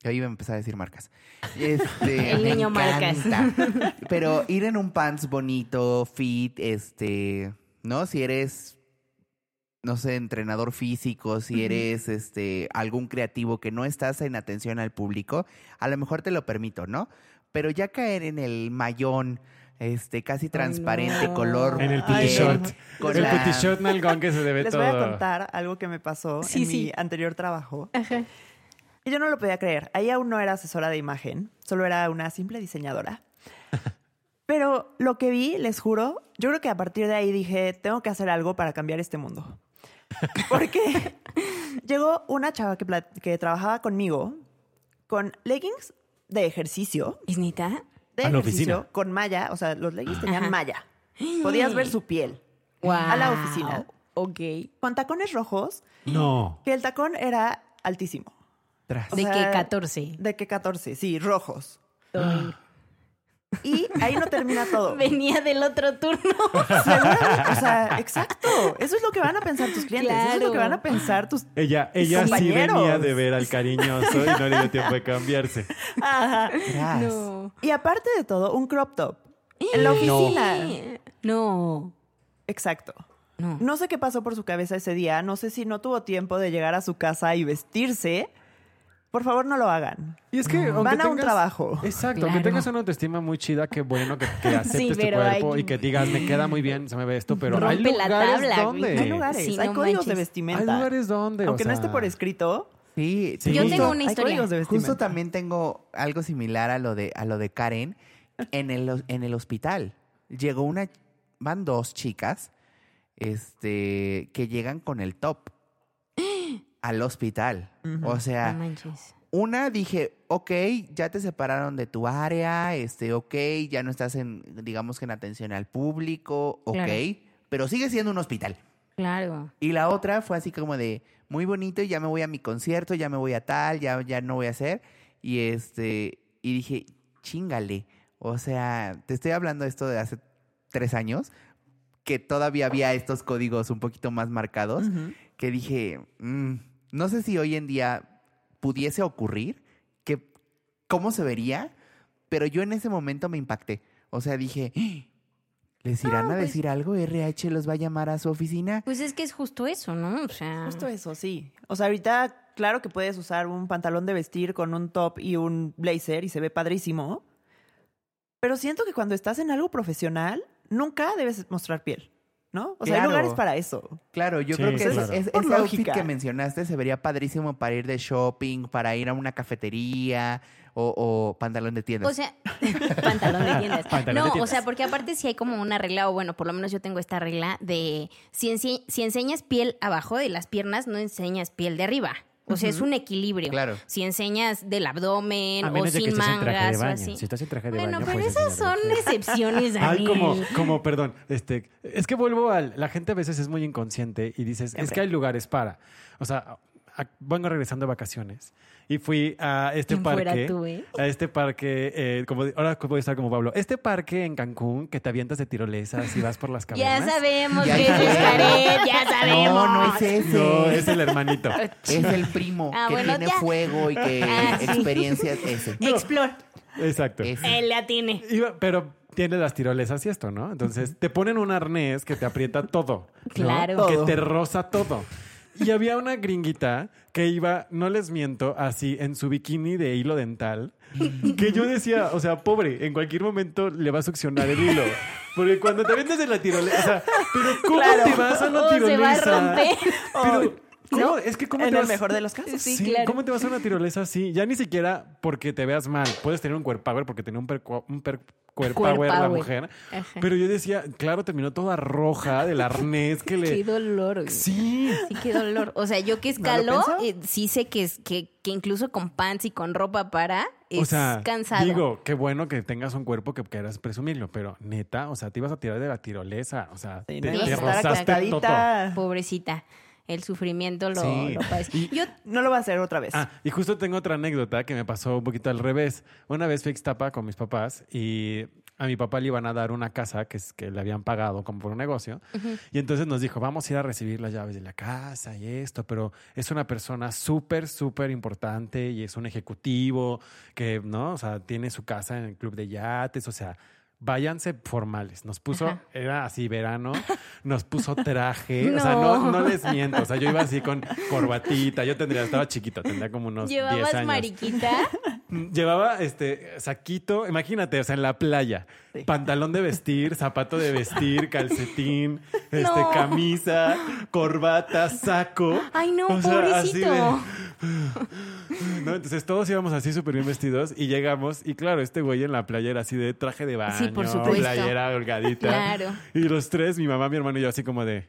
Speaker 3: Yo iba a empezar a decir marcas. Este,
Speaker 4: El
Speaker 3: me
Speaker 4: niño marcas.
Speaker 3: encanta. Pero ir en un pants bonito, fit, este, ¿no? Si eres, no sé, entrenador físico, si eres este, algún creativo que no estás en atención al público, a lo mejor te lo permito, ¿no? Pero ya caer en el mayón, este, casi transparente,
Speaker 4: no.
Speaker 3: color.
Speaker 2: En el
Speaker 5: Ay,
Speaker 2: petit
Speaker 3: piel,
Speaker 2: shot.
Speaker 3: con
Speaker 2: el
Speaker 3: la-
Speaker 2: petit shot nalgón que se debe
Speaker 5: Les
Speaker 2: todo.
Speaker 5: voy a contar algo que me pasó
Speaker 4: Sí,
Speaker 5: en mi
Speaker 4: sí.
Speaker 5: anterior trabajo.
Speaker 4: Ajá.
Speaker 5: Y yo no lo podía creer. Ahí aún no era asesora de imagen, solo era una simple diseñadora. Pero lo que vi, les juro, yo creo que a partir de ahí dije, tengo que hacer algo para cambiar este mundo. Porque llegó una chava que, pla- que trabajaba conmigo con leggings de ejercicio,
Speaker 4: ¿Es neta?
Speaker 5: de
Speaker 2: A Ah, la
Speaker 5: ejercicio,
Speaker 2: oficina.
Speaker 5: con malla, o sea, los leggings tenían
Speaker 4: Ah, Ajá.
Speaker 5: malla. Podías ver su piel.
Speaker 4: Guau.
Speaker 5: A la oficina.
Speaker 4: Ok.
Speaker 5: Con tacones rojos,
Speaker 2: No.
Speaker 5: que el tacón era altísimo.
Speaker 3: Tras.
Speaker 5: O
Speaker 4: ¿De
Speaker 5: sea,
Speaker 4: qué? 14.
Speaker 5: ¿De qué 14? Sí, rojos.
Speaker 4: Doy.
Speaker 5: Y ahí no termina todo.
Speaker 4: Venía del otro turno.
Speaker 5: Seguramente, o sea, exacto. Eso es lo que van a pensar tus clientes. Eso es lo que
Speaker 4: Claro.
Speaker 5: van a pensar tus.
Speaker 2: Ella, ella sí
Speaker 5: Compañeros.
Speaker 2: venía de ver al cariñoso y no le dio tiempo de cambiarse.
Speaker 3: Tras.
Speaker 4: No.
Speaker 5: Y aparte de todo, un crop top. En la oficina.
Speaker 4: No.
Speaker 5: Exacto.
Speaker 4: No.
Speaker 5: No sé qué pasó por su cabeza ese día. No sé si no tuvo tiempo de llegar a su casa y vestirse. Por favor, no lo hagan.
Speaker 2: Y es que aunque
Speaker 5: Van a un
Speaker 2: tengas-
Speaker 5: trabajo.
Speaker 2: Exacto,
Speaker 4: Claro.
Speaker 2: aunque tengas una autoestima muy chida, qué bueno que, que aceptes tu
Speaker 4: pero
Speaker 2: cuerpo
Speaker 4: hay-
Speaker 2: y que digas, me queda muy bien, se me ve esto, pero hay
Speaker 4: Rompe la
Speaker 2: lugares
Speaker 4: tabla, güey.
Speaker 2: donde...
Speaker 5: Hay lugares,
Speaker 4: Sí,
Speaker 5: hay
Speaker 4: no
Speaker 5: códigos de
Speaker 4: manches.
Speaker 5: vestimenta.
Speaker 2: Hay lugares donde... o
Speaker 5: Aunque no
Speaker 2: sea,
Speaker 5: esté por escrito,
Speaker 3: Sí,
Speaker 2: Sí.
Speaker 4: Yo
Speaker 2: Justo-
Speaker 4: tengo una
Speaker 5: hay
Speaker 4: historia.
Speaker 5: códigos de vestimenta.
Speaker 3: Justo también tengo algo similar a lo de, a lo de Karen en el, en el hospital. Llegó una, van dos chicas este, que llegan con el top al hospital. O
Speaker 2: Ah.
Speaker 4: No
Speaker 3: sea,
Speaker 4: manches.
Speaker 3: una dije, ok, ya te separaron de tu área, este, ok, ya no estás en, digamos que en atención al público, ok,
Speaker 4: Claro.
Speaker 3: pero sigue siendo un hospital.
Speaker 4: Claro.
Speaker 3: Y la otra fue así como de muy bonito y ya me voy a mi concierto, ya me voy a tal, ya, ya no voy a hacer. Y este, y dije, chingale. O sea, te estoy hablando de esto de hace tres años, que todavía había estos códigos un poquito más marcados,
Speaker 5: Ujú.
Speaker 3: que dije, "Mm, no sé si hoy en día pudiese ocurrir, que cómo se vería, pero yo en ese momento me impacté. O sea, dije, "Ah, ¿les irán a
Speaker 4: pues-
Speaker 3: decir algo? ¿RH los va a llamar a su oficina?
Speaker 4: Pues es que es justo eso, ¿no? O sea.
Speaker 5: Justo eso, sí. O sea, ahorita, claro que puedes usar un pantalón de vestir con un top y un blazer y se ve padrísimo. Pero siento que cuando estás en algo profesional, nunca debes mostrar piel, ¿no? O sea, hay
Speaker 3: Claro.
Speaker 5: lugares para eso.
Speaker 3: Claro, yo
Speaker 2: Sí,
Speaker 3: creo que ese-
Speaker 2: claro.
Speaker 3: ese,
Speaker 5: Por
Speaker 3: ese outfit
Speaker 5: lógica.
Speaker 3: que mencionaste se vería padrísimo para ir de shopping, para ir a una cafetería o, o pantalón de tienda.
Speaker 4: O sea, pantalón de tiendas.
Speaker 2: Pantalón de
Speaker 4: no,
Speaker 2: tiendas.
Speaker 4: o sea, porque aparte si hay como una regla, o bueno, por lo menos yo tengo esta regla de si, ense- si enseñas piel abajo de las piernas, no enseñas piel de arriba. O sea, es un equilibrio.
Speaker 3: Claro.
Speaker 4: Si enseñas del abdomen
Speaker 2: A
Speaker 4: o
Speaker 2: menos de que
Speaker 4: sin
Speaker 2: estés en traje de
Speaker 4: mangas o
Speaker 2: baño.
Speaker 4: así.
Speaker 2: Si estás en traje de
Speaker 4: bueno,
Speaker 2: baño. pues,
Speaker 4: pero
Speaker 2: puedes
Speaker 4: esas son
Speaker 2: enseñarlo.
Speaker 4: excepciones,
Speaker 2: Ay,
Speaker 4: Daniel.
Speaker 2: como, como, perdón, este, es que vuelvo al, la gente a veces es muy inconsciente y dices, es
Speaker 5: Siempre.
Speaker 2: que hay lugares para, o sea, a- vengo regresando de vacaciones y fui a este
Speaker 4: ¿Quién fuera
Speaker 2: parque,
Speaker 4: tú, eh?
Speaker 2: a este parque, eh, como, ahora voy a estar como Pablo, este parque en Cancún que te avientas de tirolesas y vas por las
Speaker 4: Ya
Speaker 2: cavernas.
Speaker 4: sabemos
Speaker 3: Ya
Speaker 4: que es
Speaker 3: sabemos.
Speaker 4: Xcaret, ya sabemos.
Speaker 3: no, no es ese.
Speaker 2: No,
Speaker 3: es...
Speaker 2: es el hermanito.
Speaker 3: el primo
Speaker 4: Ah,
Speaker 3: que
Speaker 4: bueno,
Speaker 3: tiene
Speaker 4: ya.
Speaker 3: fuego y que
Speaker 4: Ah, sí.
Speaker 3: experiencia es ese.
Speaker 4: Explore.
Speaker 2: Exacto.
Speaker 4: Este
Speaker 3: Ese.
Speaker 4: Él la tiene.
Speaker 2: Iba- pero tiene las tirolesas y esto, ¿no? Entonces te ponen un arnés que te aprieta todo. ¿no?
Speaker 4: Claro.
Speaker 2: Que te roza todo. Y había una gringuita que iba, no les miento, así en su bikini de hilo dental, que yo decía, o sea, pobre, en cualquier momento le va a succionar el hilo. Porque cuando te metes en la tirolesa, o sea, pero ¿cómo te vas a una
Speaker 4: Oh, se va a
Speaker 2: tirolesa?
Speaker 4: romper.
Speaker 2: Pero, ¿cómo?
Speaker 5: ¿No?
Speaker 2: Es que ¿cómo
Speaker 5: En
Speaker 2: te
Speaker 5: el
Speaker 2: vas-
Speaker 5: mejor de los casos.
Speaker 4: Sí, claro.
Speaker 2: ¿Cómo te vas a una tirolesa así? Ya ni siquiera porque te veas mal. Puedes tener un cuerpower porque tenía un, percua- un per- cuerpower la
Speaker 4: Cuerpower.
Speaker 2: mujer.
Speaker 4: Ajá.
Speaker 2: Pero yo decía, claro, terminó toda roja del arnés que
Speaker 4: Qué
Speaker 2: le...
Speaker 4: dolor. güey.
Speaker 2: Sí.
Speaker 4: Sí, qué dolor. O sea, yo que
Speaker 5: ¿No lo
Speaker 4: escaló,
Speaker 5: pensó?
Speaker 4: eh, sí sé que, es- que, que incluso con pants y con ropa para es
Speaker 2: o sea,
Speaker 4: cansado.
Speaker 2: digo, qué bueno que tengas un cuerpo que quieras presumirlo, pero neta, o sea, te ibas a tirar de la tirolesa, o sea,
Speaker 5: Sí,
Speaker 2: te,
Speaker 5: no
Speaker 4: ibas
Speaker 2: te
Speaker 4: a estar
Speaker 2: rozaste todo.
Speaker 5: acostadita.
Speaker 4: Pobrecita. El sufrimiento lo,
Speaker 2: Sí.
Speaker 4: lo padece.
Speaker 2: Y-
Speaker 4: Yo,
Speaker 5: No lo va a hacer otra vez.
Speaker 2: Ah, y justo tengo otra anécdota que me pasó un poquito al revés. Una vez fui a Ixtapa con mis papás y a mi papá le iban a dar una casa que, es, que le habían pagado como por un negocio. Y entonces nos dijo, vamos a ir a recibir las llaves de la casa y esto, pero es una persona súper, súper importante y es un ejecutivo que, ¿no? O sea, tiene su casa en el club de yates, o sea... Váyanse formales. Nos puso,
Speaker 4: Ajá.
Speaker 2: era así verano, nos puso traje. O sea,
Speaker 4: No.
Speaker 2: no, no les miento. O sea, yo iba así con corbatita. Yo tendría, estaba chiquito, tendría como unos 10
Speaker 4: ¿Llevabas
Speaker 2: años.
Speaker 4: mariquita?
Speaker 2: Mm, Llevaba este saquito, imagínate, o sea, en la playa.
Speaker 5: Sí.
Speaker 2: Pantalón de vestir, zapato de vestir, calcetín, este,
Speaker 4: No.
Speaker 2: camisa, corbata, saco.
Speaker 4: Ay, no,
Speaker 2: O sea, así
Speaker 4: pobrecito.
Speaker 2: de- ¿no? Entonces todos íbamos así súper bien vestidos y llegamos. Y claro, este güey en la playa era así de traje de baño,
Speaker 4: Sí, por supuesto.
Speaker 2: playera holgadita.
Speaker 4: Claro.
Speaker 2: Y los tres, mi mamá, mi hermano y yo, así como de.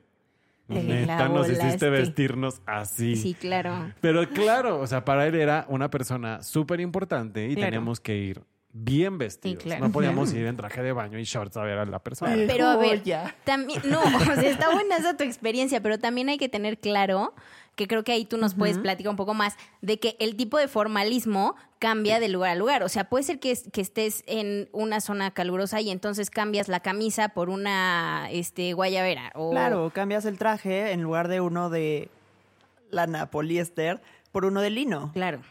Speaker 4: Te
Speaker 2: Neta,
Speaker 4: la
Speaker 2: nos hiciste
Speaker 4: volaste".
Speaker 2: vestirnos así.
Speaker 4: Sí, claro.
Speaker 2: Pero claro, o sea, para él era una persona súper importante y
Speaker 5: Claro.
Speaker 2: teníamos que ir bien vestidos.
Speaker 4: Sí, claro.
Speaker 2: No podíamos ir en traje de baño y shorts a ver a la persona.
Speaker 4: Pero a ver,
Speaker 5: Joya.
Speaker 4: también, no, o sea, está buena esa tu experiencia, pero también hay que tener claro que creo que ahí tú nos puedes platicar un poco más de que el tipo de formalismo cambia de lugar a lugar. O sea, puede ser que, es- que estés en una zona calurosa y entonces cambias la camisa por una este, guayabera. O,
Speaker 5: Claro, cambias el traje en lugar de uno de lana poliéster por uno de lino.
Speaker 4: Claro.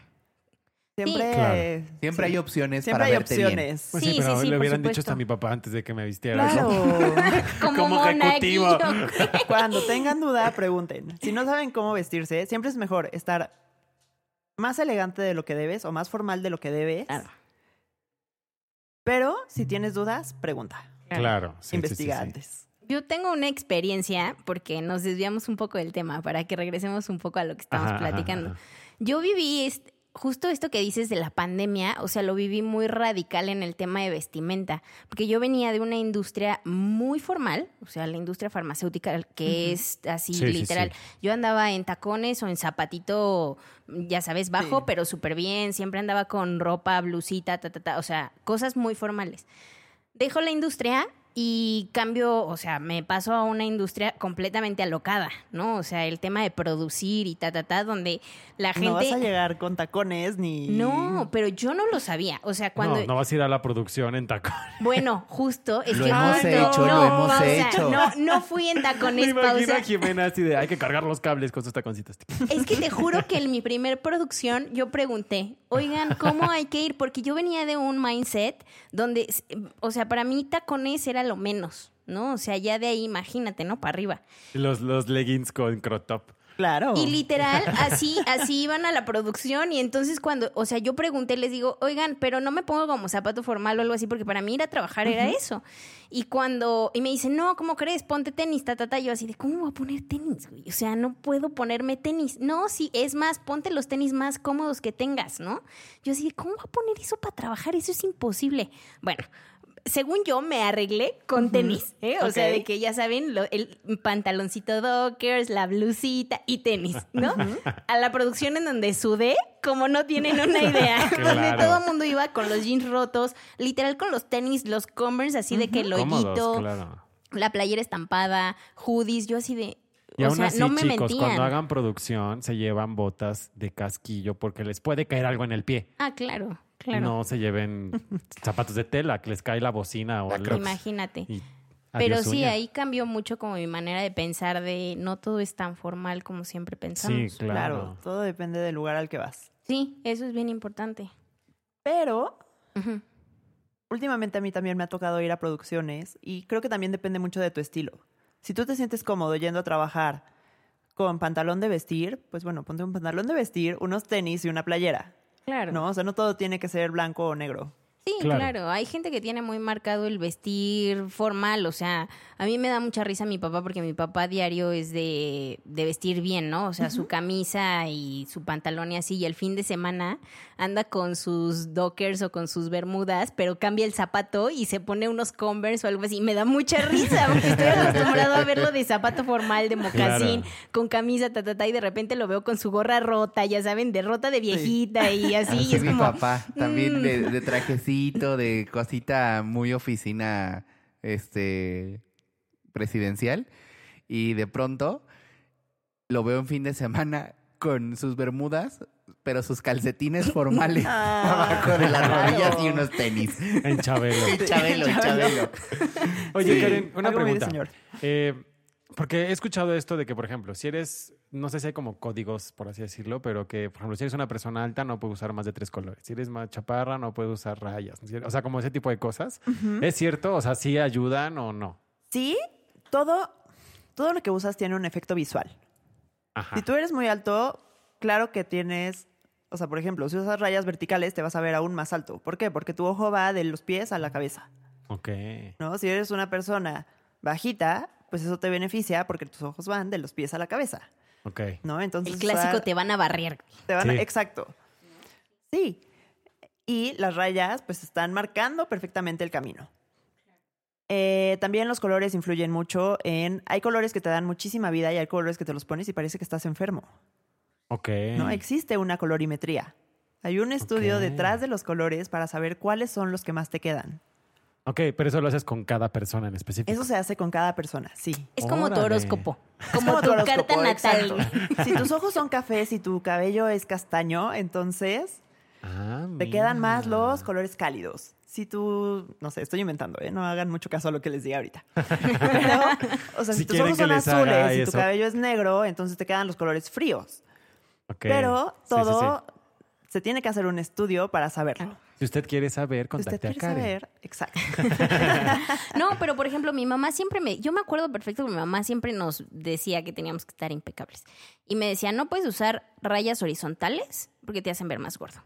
Speaker 5: Siempre,
Speaker 2: Claro.
Speaker 5: eh,
Speaker 3: Siempre hay opciones
Speaker 5: siempre
Speaker 3: para
Speaker 5: hay
Speaker 3: verte bien.
Speaker 5: opciones.
Speaker 2: Pues
Speaker 4: Sí,
Speaker 2: sí, pero
Speaker 4: sí, sí,
Speaker 2: le
Speaker 4: por
Speaker 2: hubieran dicho
Speaker 4: supuesto.
Speaker 2: esto a mi papá antes de que me vistiera. ¿no?
Speaker 5: Claro.
Speaker 4: Como,
Speaker 2: Como
Speaker 4: mona aquí,
Speaker 2: ejecutivo.
Speaker 4: yo-
Speaker 5: Cuando tengan duda, pregunten. Si no saben cómo vestirse, siempre es mejor estar más elegante de lo que debes o más formal de lo que debes.
Speaker 4: Claro.
Speaker 5: Pero si tienes dudas, pregunta.
Speaker 2: Claro. sí, sí, sí,
Speaker 5: Investiga
Speaker 2: sí.
Speaker 5: antes.
Speaker 4: Yo tengo una experiencia, porque nos desviamos un poco del tema, para que regresemos un poco a lo que estamos
Speaker 2: Ajá, ajá,
Speaker 4: platicando.
Speaker 2: ajá.
Speaker 4: Yo viví est- justo esto que dices de la pandemia, o sea, lo viví muy radical en el tema de vestimenta, porque yo venía de una industria muy formal, o sea, la industria farmacéutica, que es así
Speaker 2: Sí, sí,
Speaker 4: literal.
Speaker 2: sí.
Speaker 4: Yo andaba en tacones o en zapatito, ya sabes, bajo,
Speaker 5: Sí.
Speaker 4: pero súper bien, siempre andaba con ropa, blusita, ta, ta, ta, o sea, cosas muy formales dejo la industria y cambio, o sea, me paso a una industria completamente alocada, ¿no? O sea, el tema de producir y ta, ta, ta, donde la gente...
Speaker 5: No vas a llegar con tacones ni.
Speaker 4: No, pero yo no lo sabía. O sea, cuando...
Speaker 2: No, no vas a ir a la producción en tacón.
Speaker 4: Bueno, justo, es
Speaker 3: Lo
Speaker 4: que
Speaker 3: hemos
Speaker 4: justo-
Speaker 3: hecho, lo
Speaker 4: no,
Speaker 3: hemos
Speaker 4: pausa,
Speaker 3: hecho.
Speaker 4: No, no fui en
Speaker 2: Me
Speaker 4: tacones,
Speaker 2: imagino a
Speaker 4: pausa.
Speaker 2: Jimena así de hay que cargar los cables con sus taconcitos.
Speaker 4: Es que te juro que en mi primer producción yo pregunté, oigan, ¿cómo hay que ir? Porque yo venía de un mindset donde, s- o sea, para mí tacones era lo menos, ¿no? O sea, ya de ahí, imagínate, ¿no? Para arriba.
Speaker 2: Los, los leggings con crop top.
Speaker 5: Claro.
Speaker 4: Y literal, así, así iban a la producción. Y entonces cuando, o sea, yo pregunté, les digo, oigan, pero no me pongo como zapato formal o algo así, porque para mí ir a trabajar era eso. Y cuando, y me dicen, no, ¿cómo crees? Ponte tenis, ta, ta, ta. Yo así de, ¿cómo voy a poner tenis, güey? O sea, no puedo ponerme tenis. No, sí, es más, ponte los tenis más cómodos que tengas, ¿no? Yo así de, ¿cómo voy a poner eso para trabajar? Eso es imposible. Bueno, según yo me arreglé con tenis, ¿eh? o
Speaker 5: Ok.
Speaker 4: sea, de que ya saben, lo- el pantaloncito Dockers, la blusita y tenis, ¿no? A la producción en donde sudé, como no tienen una idea,
Speaker 2: Claro.
Speaker 4: donde todo el mundo iba con los jeans rotos, literal con los tenis, los Converse así de que el
Speaker 2: Cómodos,
Speaker 4: hoyito,
Speaker 2: claro.
Speaker 4: la playera estampada, hoodies, yo así de...
Speaker 2: Y
Speaker 4: o
Speaker 2: aún
Speaker 4: sea,
Speaker 2: así,
Speaker 4: no me
Speaker 2: chicos,
Speaker 4: mentían.
Speaker 2: cuando hagan producción, se llevan botas de casquillo porque les puede caer algo en el pie.
Speaker 4: Ah, claro, claro.
Speaker 2: No se lleven zapatos de tela, que les cae la bocina o algo.
Speaker 4: Imagínate.
Speaker 2: Y
Speaker 4: Pero
Speaker 2: adiós
Speaker 4: sí,
Speaker 2: uña.
Speaker 4: ahí cambió mucho como mi manera de pensar de no todo es tan formal como siempre
Speaker 2: Sí,
Speaker 4: pensamos. Sí,
Speaker 5: Claro,
Speaker 2: claro.
Speaker 5: todo depende del lugar al que vas.
Speaker 4: eso es bien importante.
Speaker 5: Pero
Speaker 4: Ujú.
Speaker 5: últimamente a mí también me ha tocado ir a producciones y creo que también depende mucho de tu estilo. Si tú te sientes cómodo yendo a trabajar con pantalón de vestir, pues bueno, ponte un pantalón de vestir, unos tenis y una playera.
Speaker 4: Claro.
Speaker 5: No, o sea, no todo tiene que ser blanco o negro.
Speaker 4: Sí,
Speaker 2: Claro.
Speaker 4: claro. Hay gente que tiene muy marcado el vestir formal. O sea, a mí me da mucha risa mi papá porque mi papá diario es de, de vestir bien, ¿no? O sea, su camisa y su pantalón y así. Y el fin de semana anda con sus dockers o con sus bermudas, pero cambia el zapato y se pone unos converse o algo así. Me da mucha risa porque estoy acostumbrado a verlo de zapato formal, de mocasín,
Speaker 2: Claro.
Speaker 4: con camisa, ta, ta, ta. Y de repente lo veo con su gorra rota, ya saben, de rota de viejita y así.
Speaker 3: Así
Speaker 4: y es
Speaker 3: Ah, mi
Speaker 4: como,
Speaker 3: papá, también
Speaker 4: mm.
Speaker 3: de, de trajecito, de cosita muy oficina este presidencial. Y de pronto lo veo en fin de semana con sus bermudas, pero sus calcetines formales
Speaker 4: Ah.
Speaker 2: Ah.
Speaker 3: abajo de las rodillas y unos tenis.
Speaker 2: En Chabelo.
Speaker 3: Chabelo, Chabelo.
Speaker 2: Oye,
Speaker 5: Sí,
Speaker 2: Karen, una
Speaker 5: algo muy de
Speaker 2: pregunta.
Speaker 5: señor.
Speaker 2: Eh, porque he escuchado esto de que, por ejemplo, si eres, no sé si hay como códigos, por así decirlo, pero que, por ejemplo, si eres una persona alta, no puedes usar más de tres colores. Si eres más chaparra, no puedes usar rayas. O sea, como ese tipo de cosas. ¿Es cierto? O sea, ¿sí ayudan o no?
Speaker 5: Sí, todo, todo lo que usas tiene un efecto visual.
Speaker 2: Ajá.
Speaker 5: Si tú eres muy alto, claro que tienes, o sea, por ejemplo, si usas rayas verticales te vas a ver aún más alto. ¿Por qué? Porque tu ojo va de los pies a la cabeza,
Speaker 2: Ok.
Speaker 5: ¿no? Si eres una persona bajita, pues eso te beneficia porque tus ojos van de los pies a la cabeza,
Speaker 2: Ok.
Speaker 5: ¿no? Entonces ah,
Speaker 4: El clásico
Speaker 5: usar-
Speaker 4: te van a barrer.
Speaker 5: te van a-
Speaker 2: Sí.
Speaker 5: exacto. Sí. Y las rayas pues están marcando perfectamente el camino. Eh, también los colores influyen mucho en... Hay colores que te dan muchísima vida y hay colores que te los pones y parece que estás enfermo.
Speaker 2: Ok.
Speaker 5: No existe una colorimetría. Hay un estudio
Speaker 2: Ok.
Speaker 5: detrás de los colores para saber cuáles son los que más te quedan.
Speaker 2: Ok, pero eso lo haces con cada persona en específico.
Speaker 5: Eso se hace con cada persona, sí.
Speaker 4: Es como tu
Speaker 2: Órale.
Speaker 4: horóscopo.
Speaker 5: Es
Speaker 4: Como tu
Speaker 5: horóscopo,
Speaker 4: carta natal.
Speaker 5: exacto. Si tus ojos son cafés y tu cabello es castaño, entonces
Speaker 2: Ah,
Speaker 5: Te
Speaker 2: mira.
Speaker 5: quedan más los colores cálidos. Si tú, no sé, estoy inventando, ¿eh? no hagan mucho caso a lo que les diga ahorita. Pero, o sea,
Speaker 2: Si
Speaker 5: si, tus
Speaker 2: quieren
Speaker 5: ojos
Speaker 2: que
Speaker 5: son
Speaker 2: les haga
Speaker 5: azules y tu
Speaker 2: eso.
Speaker 5: cabello es negro, entonces te quedan los colores fríos.
Speaker 2: Ok.
Speaker 5: Pero
Speaker 2: Sí, sí,
Speaker 5: todo se tiene que hacer un estudio para saberlo.
Speaker 2: sí. Si usted quiere saber,
Speaker 5: Si usted
Speaker 2: contacte a
Speaker 5: quiere
Speaker 2: Karen.
Speaker 5: saber, exacto.
Speaker 4: No, pero por ejemplo, mi mamá siempre me. Yo me acuerdo perfecto que mi mamá siempre nos decía que teníamos que estar impecables. Y me decía, no puedes usar rayas horizontales porque te hacen ver más gordo.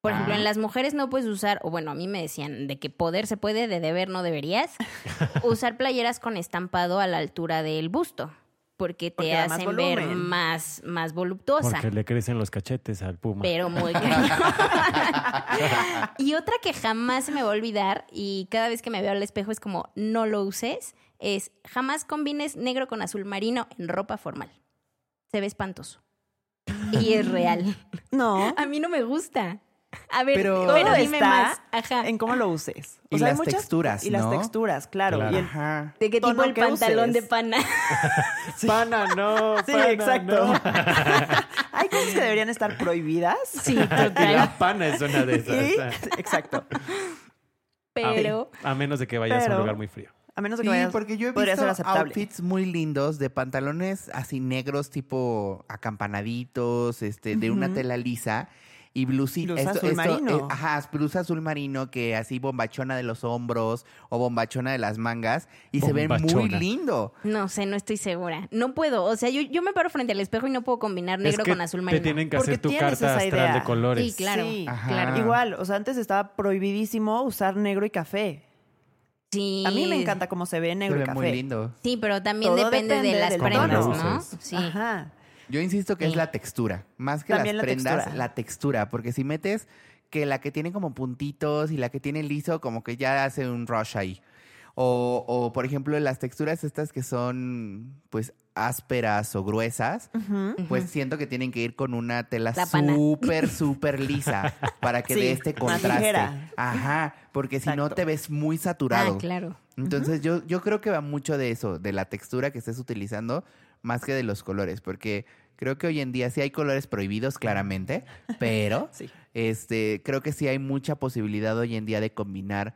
Speaker 4: Por
Speaker 5: Ah.
Speaker 4: ejemplo, en las mujeres no puedes usar, o bueno, a mí me decían de que poder se puede, de deber no deberías, usar playeras con estampado a la altura del busto, porque te
Speaker 5: Porque da más
Speaker 4: hacen ver
Speaker 5: volumen.
Speaker 4: más, más voluptuosa.
Speaker 2: Porque le crecen los cachetes al puma.
Speaker 4: Pero muy cañón. y otra que jamás se me va a olvidar, y cada vez que me veo al espejo es como, no lo uses, es jamás combines negro con azul marino en ropa formal. Se ve espantoso. Y es real.
Speaker 5: No,
Speaker 4: A mí no me gusta. A ver,
Speaker 3: Pero-
Speaker 4: pero,
Speaker 5: todo
Speaker 4: dime
Speaker 5: está
Speaker 4: más. Ajá.
Speaker 5: en cómo lo uses.
Speaker 3: Y las texturas,
Speaker 5: Y
Speaker 3: ¿no?
Speaker 5: las texturas, claro.
Speaker 2: Claro.
Speaker 5: Y el-
Speaker 3: Ajá.
Speaker 4: ¿De qué tipo
Speaker 5: tono
Speaker 4: el
Speaker 5: que
Speaker 4: pantalón
Speaker 5: uses.
Speaker 4: de pana?
Speaker 2: Pana, no.
Speaker 5: Sí,
Speaker 2: pana,
Speaker 5: exacto.
Speaker 2: no.
Speaker 5: Hay cosas que deberían estar prohibidas.
Speaker 4: sí,
Speaker 2: Y
Speaker 4: total.
Speaker 2: la pana es una de esas.
Speaker 5: Y- exacto.
Speaker 4: Pero
Speaker 2: A menos de que vayas a
Speaker 5: Pero-
Speaker 2: un lugar muy frío.
Speaker 5: A menos de que
Speaker 3: Sí,
Speaker 5: vayas-
Speaker 3: porque yo he
Speaker 5: podría ser
Speaker 3: visto
Speaker 5: aceptable.
Speaker 3: outfits muy lindos de pantalones así negros tipo acampanaditos, este, de una tela lisa y blusita.
Speaker 5: Blusa azul marino.
Speaker 3: eh, ajá, blusa azul marino que así bombachona de los hombros o bombachona de las mangas y se ve muy
Speaker 2: Bombachona.
Speaker 3: lindo.
Speaker 4: No sé, no estoy segura. No puedo. O sea, yo, yo me paro frente al espejo y no puedo combinar
Speaker 2: Es
Speaker 4: negro
Speaker 2: que
Speaker 4: con azul marino.
Speaker 2: Te tienen que
Speaker 5: Porque
Speaker 2: hacer tu
Speaker 5: tienes
Speaker 2: carta
Speaker 5: esa
Speaker 2: astral
Speaker 5: idea.
Speaker 2: de colores.
Speaker 4: Sí, claro,
Speaker 3: Ajá.
Speaker 4: claro.
Speaker 5: Igual, o sea, antes estaba prohibidísimo usar negro y café.
Speaker 4: Sí.
Speaker 5: A mí me encanta cómo se ve
Speaker 3: Se
Speaker 5: negro y
Speaker 3: ve
Speaker 5: café.
Speaker 3: muy lindo.
Speaker 4: Sí, pero también
Speaker 5: Todo
Speaker 4: depende,
Speaker 5: depende
Speaker 4: de las
Speaker 5: del
Speaker 4: prendas,
Speaker 2: tono.
Speaker 4: ¿no?
Speaker 2: Uses.
Speaker 4: Sí.
Speaker 5: Ajá.
Speaker 3: Yo insisto que es
Speaker 4: Sí.
Speaker 3: la textura, más que
Speaker 5: También
Speaker 3: las
Speaker 5: la
Speaker 3: prendas,
Speaker 5: textura.
Speaker 3: la textura, porque si metes que la que tiene como puntitos y la que tiene liso, como que ya hace un rush ahí. O, o, por ejemplo, las texturas estas que son pues ásperas o gruesas,
Speaker 5: Ujú.
Speaker 4: Ah,
Speaker 3: pues siento que tienen que ir con una tela
Speaker 4: La pana.
Speaker 3: súper, súper lisa para que
Speaker 5: Sí,
Speaker 3: dé este
Speaker 5: más
Speaker 3: contraste.
Speaker 5: ligera.
Speaker 3: Ajá, porque si no
Speaker 5: Exacto.
Speaker 3: te ves muy saturado.
Speaker 4: Ah, claro.
Speaker 3: Entonces yo, yo creo que va mucho de eso, de la textura que estés utilizando, más que de los colores, porque creo que hoy en día sí hay colores prohibidos, claramente, pero
Speaker 5: Sí.
Speaker 3: este, creo que sí hay mucha posibilidad hoy en día de combinar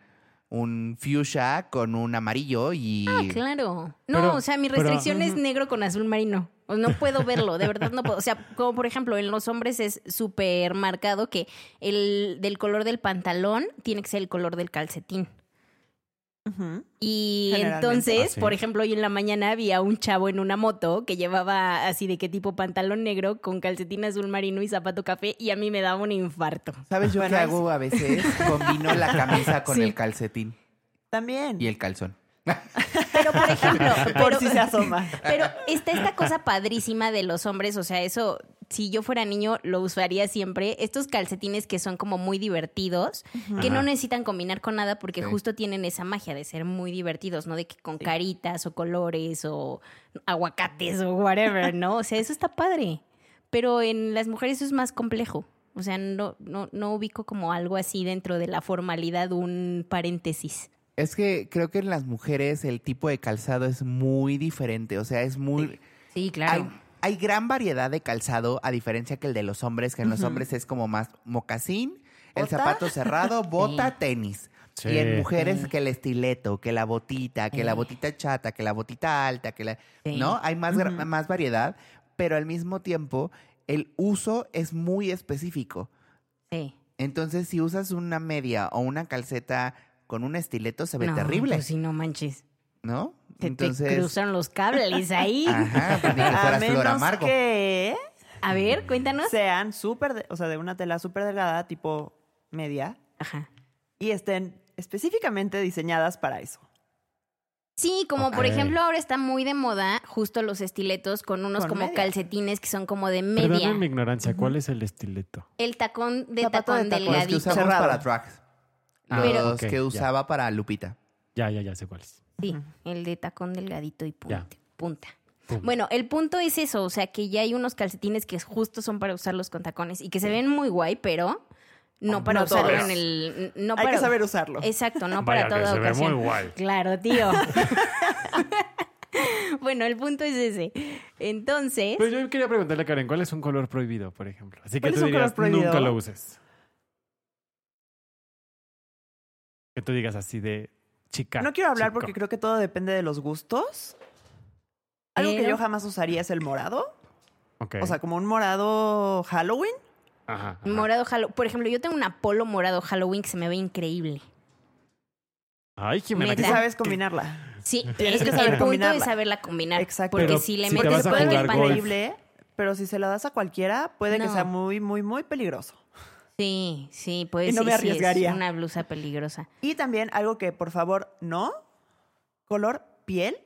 Speaker 3: un fuchsia con un amarillo y...
Speaker 4: Ah, claro. No,
Speaker 2: Pero-
Speaker 4: o sea, mi
Speaker 2: pero-
Speaker 4: restricción es negro con azul marino. O No puedo verlo, de verdad no puedo. O sea, como por ejemplo, en los hombres es súper marcado que el del color del pantalón tiene que ser el color del calcetín.
Speaker 5: Ujú.
Speaker 4: Y
Speaker 5: Generalmente.
Speaker 4: entonces,
Speaker 2: Ah, sí.
Speaker 4: por ejemplo, hoy en la mañana vi a un chavo en una moto que llevaba así de qué tipo pantalón negro con calcetín azul marino y zapato café y a mí me daba un infarto.
Speaker 3: ¿Sabes yo
Speaker 5: Bueno,
Speaker 3: qué
Speaker 5: es-
Speaker 3: hago a veces? Combino la camisa con
Speaker 4: Sí.
Speaker 3: el calcetín
Speaker 5: También.
Speaker 3: y el calzón.
Speaker 4: Pero por ejemplo,
Speaker 5: Por
Speaker 4: pero-
Speaker 5: si se asoma.
Speaker 4: Pero está esta cosa padrísima de los hombres, o sea, eso, si yo fuera niño, lo usaría siempre. Estos calcetines que son como muy divertidos, que no
Speaker 2: Ajá.
Speaker 4: necesitan combinar con nada porque
Speaker 3: Sí.
Speaker 4: justo tienen esa magia de ser muy divertidos, ¿no? De que con caritas o colores o aguacates o whatever, ¿no? O sea, eso está padre. Pero en las mujeres eso es más complejo. O sea, no, no, no ubico como algo así dentro de la formalidad, un paréntesis.
Speaker 3: Es que creo que en las mujeres el tipo de calzado es muy diferente, o sea, es muy...
Speaker 4: Sí, claro.
Speaker 3: Hay, hay gran variedad de calzado, a diferencia que el de los hombres, que en los hombres es como más mocasín, el
Speaker 5: Bota.
Speaker 3: zapato cerrado, bota, tenis.
Speaker 2: Sí.
Speaker 3: Y en mujeres que el estileto, que la botita, que la botita chata, que la botita alta, que la...
Speaker 4: Sí.
Speaker 3: ¿No? Hay más, gra- más variedad, pero al mismo tiempo el uso es muy específico.
Speaker 4: Sí.
Speaker 3: Entonces, si usas una media o una calceta con un estileto, se ve
Speaker 4: No,
Speaker 3: terrible,
Speaker 4: Pues sí, no manches.
Speaker 3: ¿no?
Speaker 4: Se te cruzan los cables ahí.
Speaker 3: Ajá, pues ni que
Speaker 5: A
Speaker 3: fueras flor
Speaker 5: menos
Speaker 3: amargo.
Speaker 5: que
Speaker 4: A ver, cuéntanos.
Speaker 5: sean súper, de- o sea, de una tela súper delgada, tipo media,
Speaker 4: Ajá.
Speaker 5: y estén específicamente diseñadas para eso.
Speaker 4: Sí, como por
Speaker 2: Ok.
Speaker 4: ejemplo ahora está muy de moda justo los estiletos con unos
Speaker 5: Con
Speaker 4: como
Speaker 5: media.
Speaker 4: calcetines que son como de media.
Speaker 2: Perdóname mi ignorancia, ¿cuál es el estileto?
Speaker 4: El tacón de
Speaker 5: Zapato de
Speaker 3: Los
Speaker 4: tacón
Speaker 5: tacón.
Speaker 3: que
Speaker 4: delgadito.
Speaker 3: usamos
Speaker 5: Cerrado.
Speaker 3: para tracks.
Speaker 2: Ah,
Speaker 3: Los
Speaker 2: Pero- ok,
Speaker 3: que
Speaker 2: ya.
Speaker 3: usaba para Lupita.
Speaker 2: Ya, ya, ya sé cuál es.
Speaker 4: Sí, el de tacón delgadito y punta.
Speaker 2: Ya.
Speaker 4: punta.
Speaker 2: Pum.
Speaker 4: Bueno, el punto es eso, o sea que ya hay unos calcetines que justo son para usarlos con tacones y que se ven muy guay, pero no para
Speaker 5: No
Speaker 4: usarlo
Speaker 5: todos.
Speaker 4: en el... No
Speaker 5: Hay
Speaker 4: para,
Speaker 5: que saber usarlo.
Speaker 4: Exacto, no
Speaker 2: Vaya
Speaker 4: para
Speaker 2: que
Speaker 4: toda
Speaker 2: se ve
Speaker 4: ocasión.
Speaker 2: muy guay.
Speaker 4: Claro, tío. bueno, el punto es ese. Entonces,
Speaker 2: Pero Pues yo quería preguntarle a Karen, ¿cuál es un color prohibido, por ejemplo? Así que
Speaker 5: ¿Cuál es
Speaker 2: tú
Speaker 5: un color
Speaker 2: dirías,
Speaker 5: prohibido?
Speaker 2: nunca lo uses. Que tú digas así de chica.
Speaker 5: No quiero hablar
Speaker 2: chico.
Speaker 5: porque creo que todo depende de los gustos. Algo que
Speaker 4: Pero-
Speaker 5: yo jamás usaría es el morado.
Speaker 2: Ok.
Speaker 5: O sea, como un morado Halloween.
Speaker 2: Ajá, ajá.
Speaker 4: morado Halloween. Por ejemplo, yo tengo una polo morado Halloween que se me ve increíble.
Speaker 2: Ay, Jimena,
Speaker 5: Y
Speaker 2: ¿qué
Speaker 4: Meta.
Speaker 5: sabes combinarla.
Speaker 4: Sí, el,
Speaker 5: Tienes que
Speaker 4: el
Speaker 5: saber
Speaker 4: punto
Speaker 5: combinarla.
Speaker 4: es saberla combinar.
Speaker 5: Exacto.
Speaker 4: Porque
Speaker 2: Pero
Speaker 4: si le
Speaker 2: si te
Speaker 4: metes
Speaker 2: vas a
Speaker 4: todo el
Speaker 2: jugar golf.
Speaker 4: pantalón-
Speaker 5: increíble, pero si se la das a cualquiera, puede que
Speaker 4: No.
Speaker 5: sea muy, muy, muy peligroso.
Speaker 4: Sí, sí, pues
Speaker 5: Y no
Speaker 4: sí,
Speaker 5: me
Speaker 4: sí,
Speaker 5: arriesgaría.
Speaker 4: es una blusa peligrosa.
Speaker 5: Y también algo que, por favor, no. Color piel.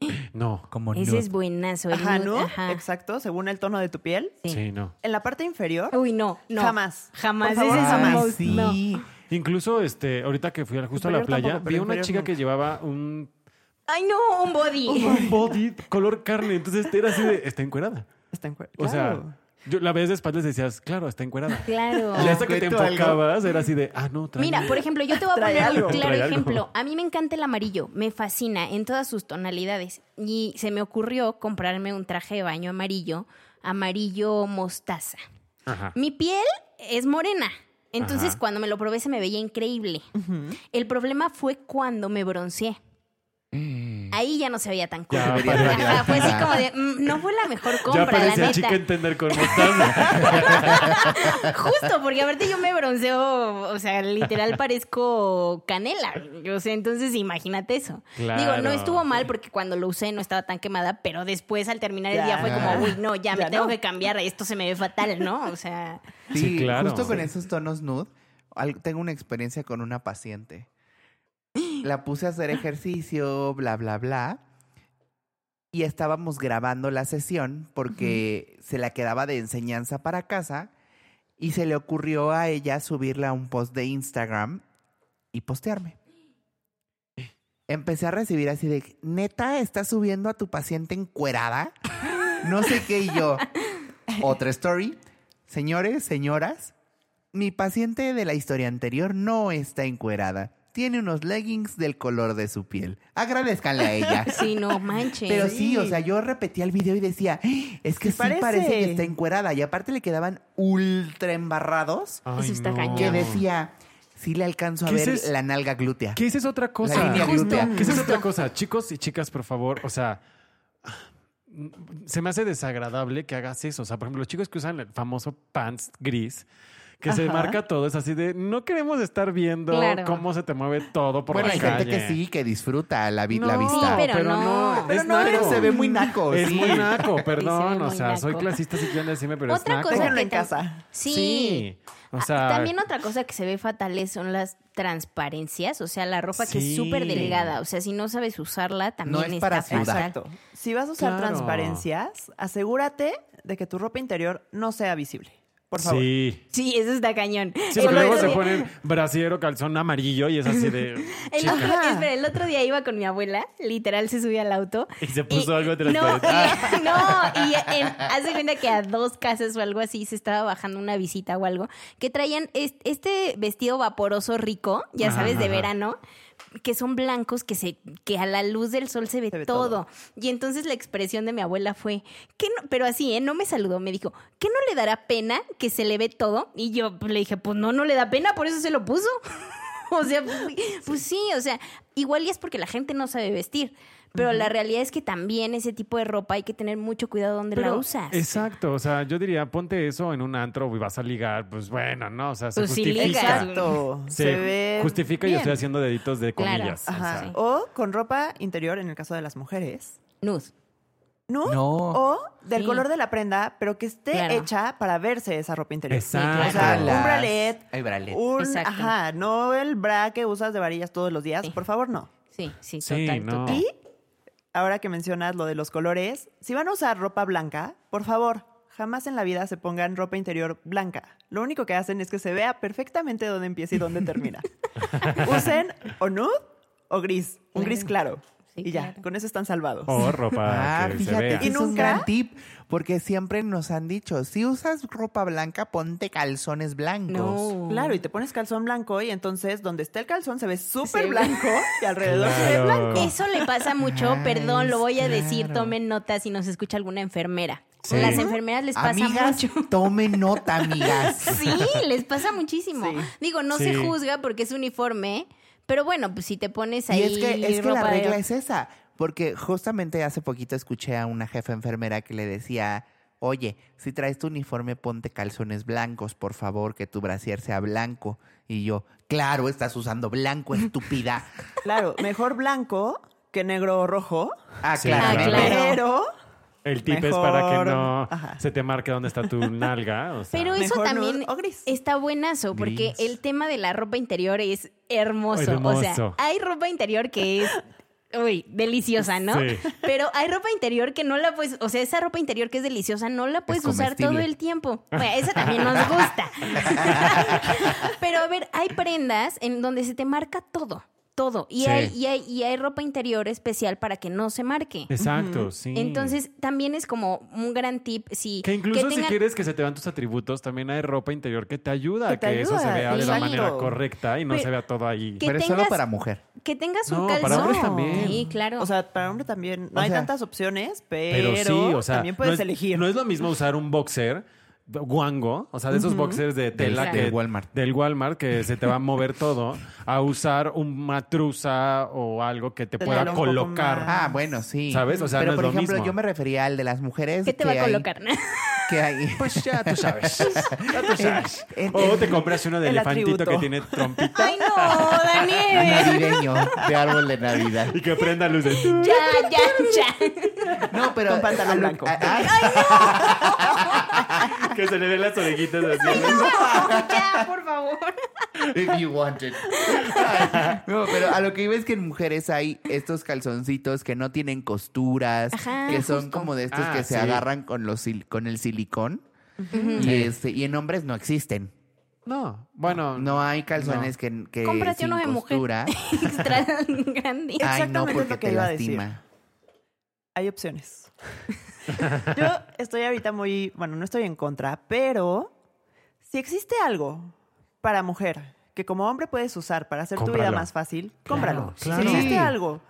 Speaker 2: Oh, No.
Speaker 3: Como
Speaker 4: Ese es buenazo. El
Speaker 5: Ajá,
Speaker 4: nude,
Speaker 5: ¿no?
Speaker 4: ajá.
Speaker 5: Exacto, según el tono de tu piel.
Speaker 4: Sí.
Speaker 2: Sí, no.
Speaker 5: En la parte inferior,
Speaker 4: Uy, no, no.
Speaker 5: Jamás.
Speaker 4: Jamás.
Speaker 5: Por favor,
Speaker 4: Ese es
Speaker 3: Ah,
Speaker 4: un
Speaker 5: jamás.
Speaker 4: most- no.
Speaker 2: Incluso este, ahorita que fui al- justo a la
Speaker 5: Superior
Speaker 2: playa,
Speaker 5: tampoco, pero
Speaker 2: vi a una
Speaker 5: inferior
Speaker 2: chica
Speaker 5: nunca.
Speaker 2: que llevaba un,
Speaker 4: Ay, no, un body.
Speaker 2: un body color carne. Entonces este era así de, está encuerada.
Speaker 5: está en cuer-
Speaker 2: O
Speaker 5: claro.
Speaker 2: sea, yo la ves de espaldas y decías, claro, está encuerada.
Speaker 4: Claro.
Speaker 2: Y hasta que te
Speaker 3: Cuento algo.
Speaker 2: enfocabas era así de, ah, no, trae-
Speaker 4: Mira, por ejemplo, yo te voy a
Speaker 5: Trae
Speaker 4: poner
Speaker 5: algo.
Speaker 4: un claro
Speaker 2: Trae algo.
Speaker 4: ejemplo. A mí me encanta el amarillo, me fascina en todas sus tonalidades. Y se me ocurrió comprarme un traje de baño amarillo, amarillo mostaza.
Speaker 2: Ajá.
Speaker 4: Mi piel es morena. Entonces,
Speaker 2: Ajá.
Speaker 4: cuando me lo probé, se me veía increíble. El problema fue cuando me bronceé.
Speaker 3: Sí.
Speaker 4: Ahí ya no se veía tan cool.
Speaker 2: Mm. Ya,
Speaker 3: Debería
Speaker 2: para-
Speaker 3: variar.
Speaker 4: Ajá, fue así como de, "Mm, no fue la mejor
Speaker 2: Ya
Speaker 4: compra, la
Speaker 2: parecía
Speaker 4: neta.
Speaker 2: chica entender con mostaza.
Speaker 4: Justo, porque aparte yo me bronceo, o sea, literal parezco canela. O sea, entonces imagínate eso.
Speaker 2: Claro.
Speaker 4: Digo, no estuvo mal porque cuando lo usé no estaba tan quemada, pero después al terminar el día fue como, uy, no, ya, me
Speaker 5: Ya
Speaker 4: tengo
Speaker 5: no.
Speaker 4: que cambiar, esto se me ve fatal, ¿no? O sea,
Speaker 2: Sí,
Speaker 3: Sí,
Speaker 2: claro.
Speaker 3: Justo con
Speaker 2: Sí.
Speaker 3: esos tonos nude, al- tengo una experiencia con una paciente. La puse a hacer ejercicio, bla, bla, bla. Y estábamos grabando la sesión porque se la quedaba de enseñanza para casa y se le ocurrió a ella subirla a un post de Instagram y postearme. Empecé a recibir así de, neta, estás subiendo a tu paciente encuerada. No sé qué y yo. Otra story. Señores, señoras, mi paciente de la historia anterior no está encuerada. Tiene unos leggings del color de su piel. Agradezcanle a ella.
Speaker 4: sí, no manches.
Speaker 3: Pero sí, o sea, yo repetía el video y decía, "Ah, es que
Speaker 5: Sí
Speaker 3: sí parece.
Speaker 5: parece
Speaker 3: que está encuerada. Y aparte le quedaban ultra embarrados
Speaker 2: Ay,
Speaker 4: Eso está
Speaker 2: no.
Speaker 4: cañón.
Speaker 3: que decía, sí le alcanzo a
Speaker 2: Ah. ¿Qué
Speaker 3: ver
Speaker 2: dices?
Speaker 3: la nalga glútea.
Speaker 2: ¿Qué esa es otra cosa?
Speaker 3: La línea
Speaker 4: Justo.
Speaker 3: glútea.
Speaker 2: Que esa es otra cosa, chicos y chicas, por favor, o sea, se me hace desagradable que hagas eso. O sea, por ejemplo, los chicos que usan el famoso pants gris, que se
Speaker 5: Ajá.
Speaker 2: marca todo, es así de no queremos estar viendo
Speaker 4: Claro.
Speaker 2: cómo se te mueve todo por
Speaker 3: Bueno,
Speaker 2: la
Speaker 3: hay
Speaker 2: calle.
Speaker 3: gente que sí, que disfruta la, vi- la
Speaker 2: No,
Speaker 3: vista.
Speaker 4: Sí, pero no.
Speaker 3: Pero
Speaker 2: es
Speaker 3: no,
Speaker 2: naco.
Speaker 3: pero se ve muy naco.
Speaker 2: Es
Speaker 3: sí.
Speaker 2: muy naco, perdón.
Speaker 4: muy
Speaker 2: o sea, soy
Speaker 4: naco.
Speaker 2: clasista si quieren decirme, pero es
Speaker 4: Otra
Speaker 2: naco.
Speaker 4: cosa
Speaker 5: Déjenlo
Speaker 4: que
Speaker 5: en
Speaker 4: tam-
Speaker 5: casa.
Speaker 4: Sí.
Speaker 2: O sea,
Speaker 4: Ah, También otra cosa que se ve fatales son las transparencias, o sea, la ropa que
Speaker 2: Sí.
Speaker 4: es súper delgada, o sea, si no sabes usarla también
Speaker 3: es
Speaker 4: está
Speaker 3: para
Speaker 4: fatal.
Speaker 3: sudar.
Speaker 5: Exacto. Si vas a usar
Speaker 2: Claro.
Speaker 5: transparencias, asegúrate de que tu ropa interior no sea visible. Por favor.
Speaker 2: Sí.
Speaker 4: Sí, eso está cañón.
Speaker 2: Sí,
Speaker 4: El
Speaker 2: porque luego
Speaker 4: otro
Speaker 2: se
Speaker 4: día-
Speaker 2: ponen brasiero, calzón amarillo y es así de.
Speaker 4: El
Speaker 2: chica.
Speaker 4: otro, espera, el otro día iba con mi abuela, literal se subía al auto.
Speaker 2: Y se puso algo de
Speaker 4: Eh, no,
Speaker 2: transparente.
Speaker 4: y-
Speaker 2: Ah.
Speaker 4: no, y en- hace cuenta que a dos casas o algo así se estaba bajando una visita o algo, que traían es- este vestido vaporoso rico, ya
Speaker 2: Ajá,
Speaker 4: sabes, de
Speaker 2: ajá.
Speaker 4: verano, que son blancos, que, se, que a la luz del sol se ve,
Speaker 5: Se ve
Speaker 4: todo.
Speaker 5: todo.
Speaker 4: Y entonces la expresión de mi abuela fue, ¿qué no? pero así, ¿eh? No me saludó, me dijo, ¿qué no le dará pena que se le ve todo? Y yo pues, le dije, pues no, no le da pena, por eso se lo puso. O sea, pues, pues sí, o sea, igual y es porque la gente no sabe vestir, pero la realidad es que también ese tipo de ropa hay que tener mucho cuidado donde la
Speaker 2: Pero-
Speaker 4: usas.
Speaker 2: Exacto, o sea, yo diría, ponte eso en un antro y vas a ligar, pues bueno, no, o sea, se
Speaker 4: Pues sí
Speaker 2: justifica.
Speaker 4: ligas,
Speaker 5: Exacto.
Speaker 2: Se,
Speaker 5: Se, ve.
Speaker 2: justifica y
Speaker 5: bien.
Speaker 2: estoy haciendo deditos de
Speaker 4: Claro,
Speaker 2: comillas. o
Speaker 5: Ajá.
Speaker 2: sea.
Speaker 5: O con ropa interior, en el caso de las mujeres.
Speaker 4: Nud.
Speaker 5: No.
Speaker 3: No.
Speaker 5: O del
Speaker 4: Sí.
Speaker 5: color de la prenda, pero que esté
Speaker 4: Claro.
Speaker 5: hecha para verse esa ropa interior.
Speaker 2: Exacto.
Speaker 5: O sea,
Speaker 3: Las-
Speaker 5: un bralet.
Speaker 3: El bralet.
Speaker 5: Un,
Speaker 4: Exacto.
Speaker 5: ajá, no el bra que usas de varillas todos los días,
Speaker 4: Sí.
Speaker 5: por favor, no.
Speaker 4: Sí, sí,
Speaker 2: Sí,
Speaker 4: total,
Speaker 2: no.
Speaker 4: total.
Speaker 5: Y ahora que mencionas lo de los colores, si van a usar ropa blanca, por favor, jamás en la vida se pongan ropa interior blanca. Lo único que hacen es que se vea perfectamente dónde empieza y dónde termina. Usen o nude o gris, un gris claro.
Speaker 4: Sí,
Speaker 5: y ya,
Speaker 4: claro.
Speaker 5: con eso están salvados.
Speaker 2: O ropa
Speaker 3: Ah,
Speaker 2: que se
Speaker 3: fíjate
Speaker 2: vea.
Speaker 3: que es un
Speaker 5: ¿Nunca?
Speaker 3: gran tip, porque siempre nos han dicho, si usas ropa blanca, ponte calzones blancos.
Speaker 4: No.
Speaker 5: Claro, y te pones calzón blanco y entonces donde está el calzón se ve
Speaker 4: Se
Speaker 5: súper
Speaker 4: ve-
Speaker 5: blanco y alrededor se ve
Speaker 2: Claro.
Speaker 5: blanco.
Speaker 4: Eso le pasa mucho,
Speaker 3: Ay,
Speaker 4: perdón, lo voy a decir,
Speaker 3: claro.
Speaker 4: tomen nota si nos escucha alguna enfermera.
Speaker 2: Sí.
Speaker 4: Las enfermeras les pasa
Speaker 3: Amigas,
Speaker 4: mucho.
Speaker 3: tomen nota, amigas.
Speaker 4: Sí, les pasa muchísimo.
Speaker 5: Sí.
Speaker 4: Digo, no
Speaker 2: Sí.
Speaker 4: se juzga porque es uniforme, pero bueno, pues si te pones ahí
Speaker 3: y es que, es que la
Speaker 4: ropa de-
Speaker 3: regla es esa, porque justamente hace poquito escuché a una jefa enfermera que le decía, oye, si traes tu uniforme, ponte calzones blancos, por favor, que tu brasier sea blanco. Y yo, claro, estás usando blanco, estúpida.
Speaker 5: Claro, mejor blanco que negro o rojo,
Speaker 3: Ah,
Speaker 2: Sí,
Speaker 3: claro.
Speaker 2: claro.
Speaker 5: pero
Speaker 2: El tip es
Speaker 5: Mejor.
Speaker 2: para que no
Speaker 5: Ajá.
Speaker 2: se te marque dónde está tu nalga. o sea.
Speaker 4: Pero eso
Speaker 5: Mejor nude
Speaker 4: también
Speaker 5: o gris.
Speaker 4: está buenazo, porque
Speaker 3: Gris.
Speaker 4: el tema de la ropa interior es hermoso. O
Speaker 2: Hermoso.
Speaker 4: sea, hay ropa interior que es. Uy, deliciosa, ¿no?
Speaker 2: Sí.
Speaker 4: Pero hay ropa interior que no la puedes, o sea, esa ropa interior que es deliciosa no la puedes usar
Speaker 3: comestible.
Speaker 4: todo el tiempo. Bueno, esa también nos gusta. Pero a ver, hay prendas en donde se te marca todo, todo. Y,
Speaker 2: Sí.
Speaker 4: hay, y, hay, y hay ropa interior especial para que no se marque.
Speaker 2: Exacto, sí.
Speaker 4: Entonces, también es como un gran tip si...
Speaker 2: Que incluso si
Speaker 4: tengan-
Speaker 2: quieres que se te vean tus atributos, también hay ropa interior que te ayuda
Speaker 5: Que
Speaker 2: a que
Speaker 5: te
Speaker 2: eso se
Speaker 5: ayuda,
Speaker 2: vea de la
Speaker 4: exacto.
Speaker 2: manera correcta y no
Speaker 4: Pero-
Speaker 2: se vea todo ahí.
Speaker 4: que
Speaker 3: Pero es solo
Speaker 4: tengas-
Speaker 3: para mujer.
Speaker 4: Que tengas
Speaker 2: No,
Speaker 4: un
Speaker 2: para
Speaker 4: calzón.
Speaker 2: hombres también.
Speaker 4: Sí, claro.
Speaker 5: O sea, para hombre también.
Speaker 3: O
Speaker 5: No hay
Speaker 3: sea,
Speaker 5: tantas opciones, pero,
Speaker 2: Pero sí, o sea,
Speaker 5: también
Speaker 2: no
Speaker 5: puedes
Speaker 2: es-
Speaker 5: elegir.
Speaker 2: No es lo mismo usar un boxer guango, o sea, de esos boxers de tela
Speaker 4: Del-
Speaker 2: que-
Speaker 3: del Walmart.
Speaker 2: del Walmart que se te va a mover todo, a usar un matruza o algo que te
Speaker 5: Claro,
Speaker 2: pueda
Speaker 5: un poco
Speaker 2: colocar.
Speaker 5: más.
Speaker 3: Ah, bueno, sí.
Speaker 2: ¿Sabes? O sea, no
Speaker 3: Pero
Speaker 2: es
Speaker 3: por
Speaker 2: lo
Speaker 3: ejemplo,
Speaker 2: mismo.
Speaker 3: yo me refería al de las mujeres.
Speaker 4: ¿Qué te
Speaker 3: que
Speaker 4: va a
Speaker 3: hay-
Speaker 4: colocar?
Speaker 3: Que hay.
Speaker 2: Pues ya tú sabes. Ya tú sabes.
Speaker 3: En-
Speaker 2: O te compras uno de
Speaker 5: El
Speaker 2: elefantito
Speaker 5: atributo.
Speaker 2: que tiene trompita
Speaker 4: Ay, no, Daniel.
Speaker 3: Navideño, de árbol de Navidad.
Speaker 2: y que prenda luz de...
Speaker 4: Ya, ya, ya.
Speaker 3: No, pero.
Speaker 5: Con pantalón
Speaker 3: a lo-
Speaker 5: blanco.
Speaker 3: a- ay,
Speaker 2: que se le den las orejitas así.
Speaker 4: Ya, por favor.
Speaker 3: If you want it. Ay, No, pero a lo que iba es que en mujeres hay estos calzoncitos que no tienen costuras,
Speaker 4: Ajá,
Speaker 3: que son
Speaker 4: justo.
Speaker 3: como de estos
Speaker 2: Ah,
Speaker 3: que se
Speaker 2: sí.
Speaker 3: agarran con los sil- con el silicón. y, este, y en hombres no existen.
Speaker 2: No, bueno,
Speaker 3: No hay calzones que, que
Speaker 4: Cómprate
Speaker 3: Eh, sin
Speaker 4: uno de mujer.
Speaker 3: costura.
Speaker 4: Extra grande.
Speaker 3: Ay, no,
Speaker 5: Exactamente es lo
Speaker 3: porque
Speaker 5: que
Speaker 3: te
Speaker 5: iba a decir.
Speaker 3: lastima.
Speaker 5: Hay opciones. Yo estoy ahorita muy, bueno, no estoy en contra, pero si existe algo para mujer que como hombre puedes usar para hacer tu vida
Speaker 2: Cómpralo.
Speaker 5: más fácil, cómpralo.
Speaker 2: claro.
Speaker 5: Si
Speaker 3: Sí.
Speaker 5: existe algo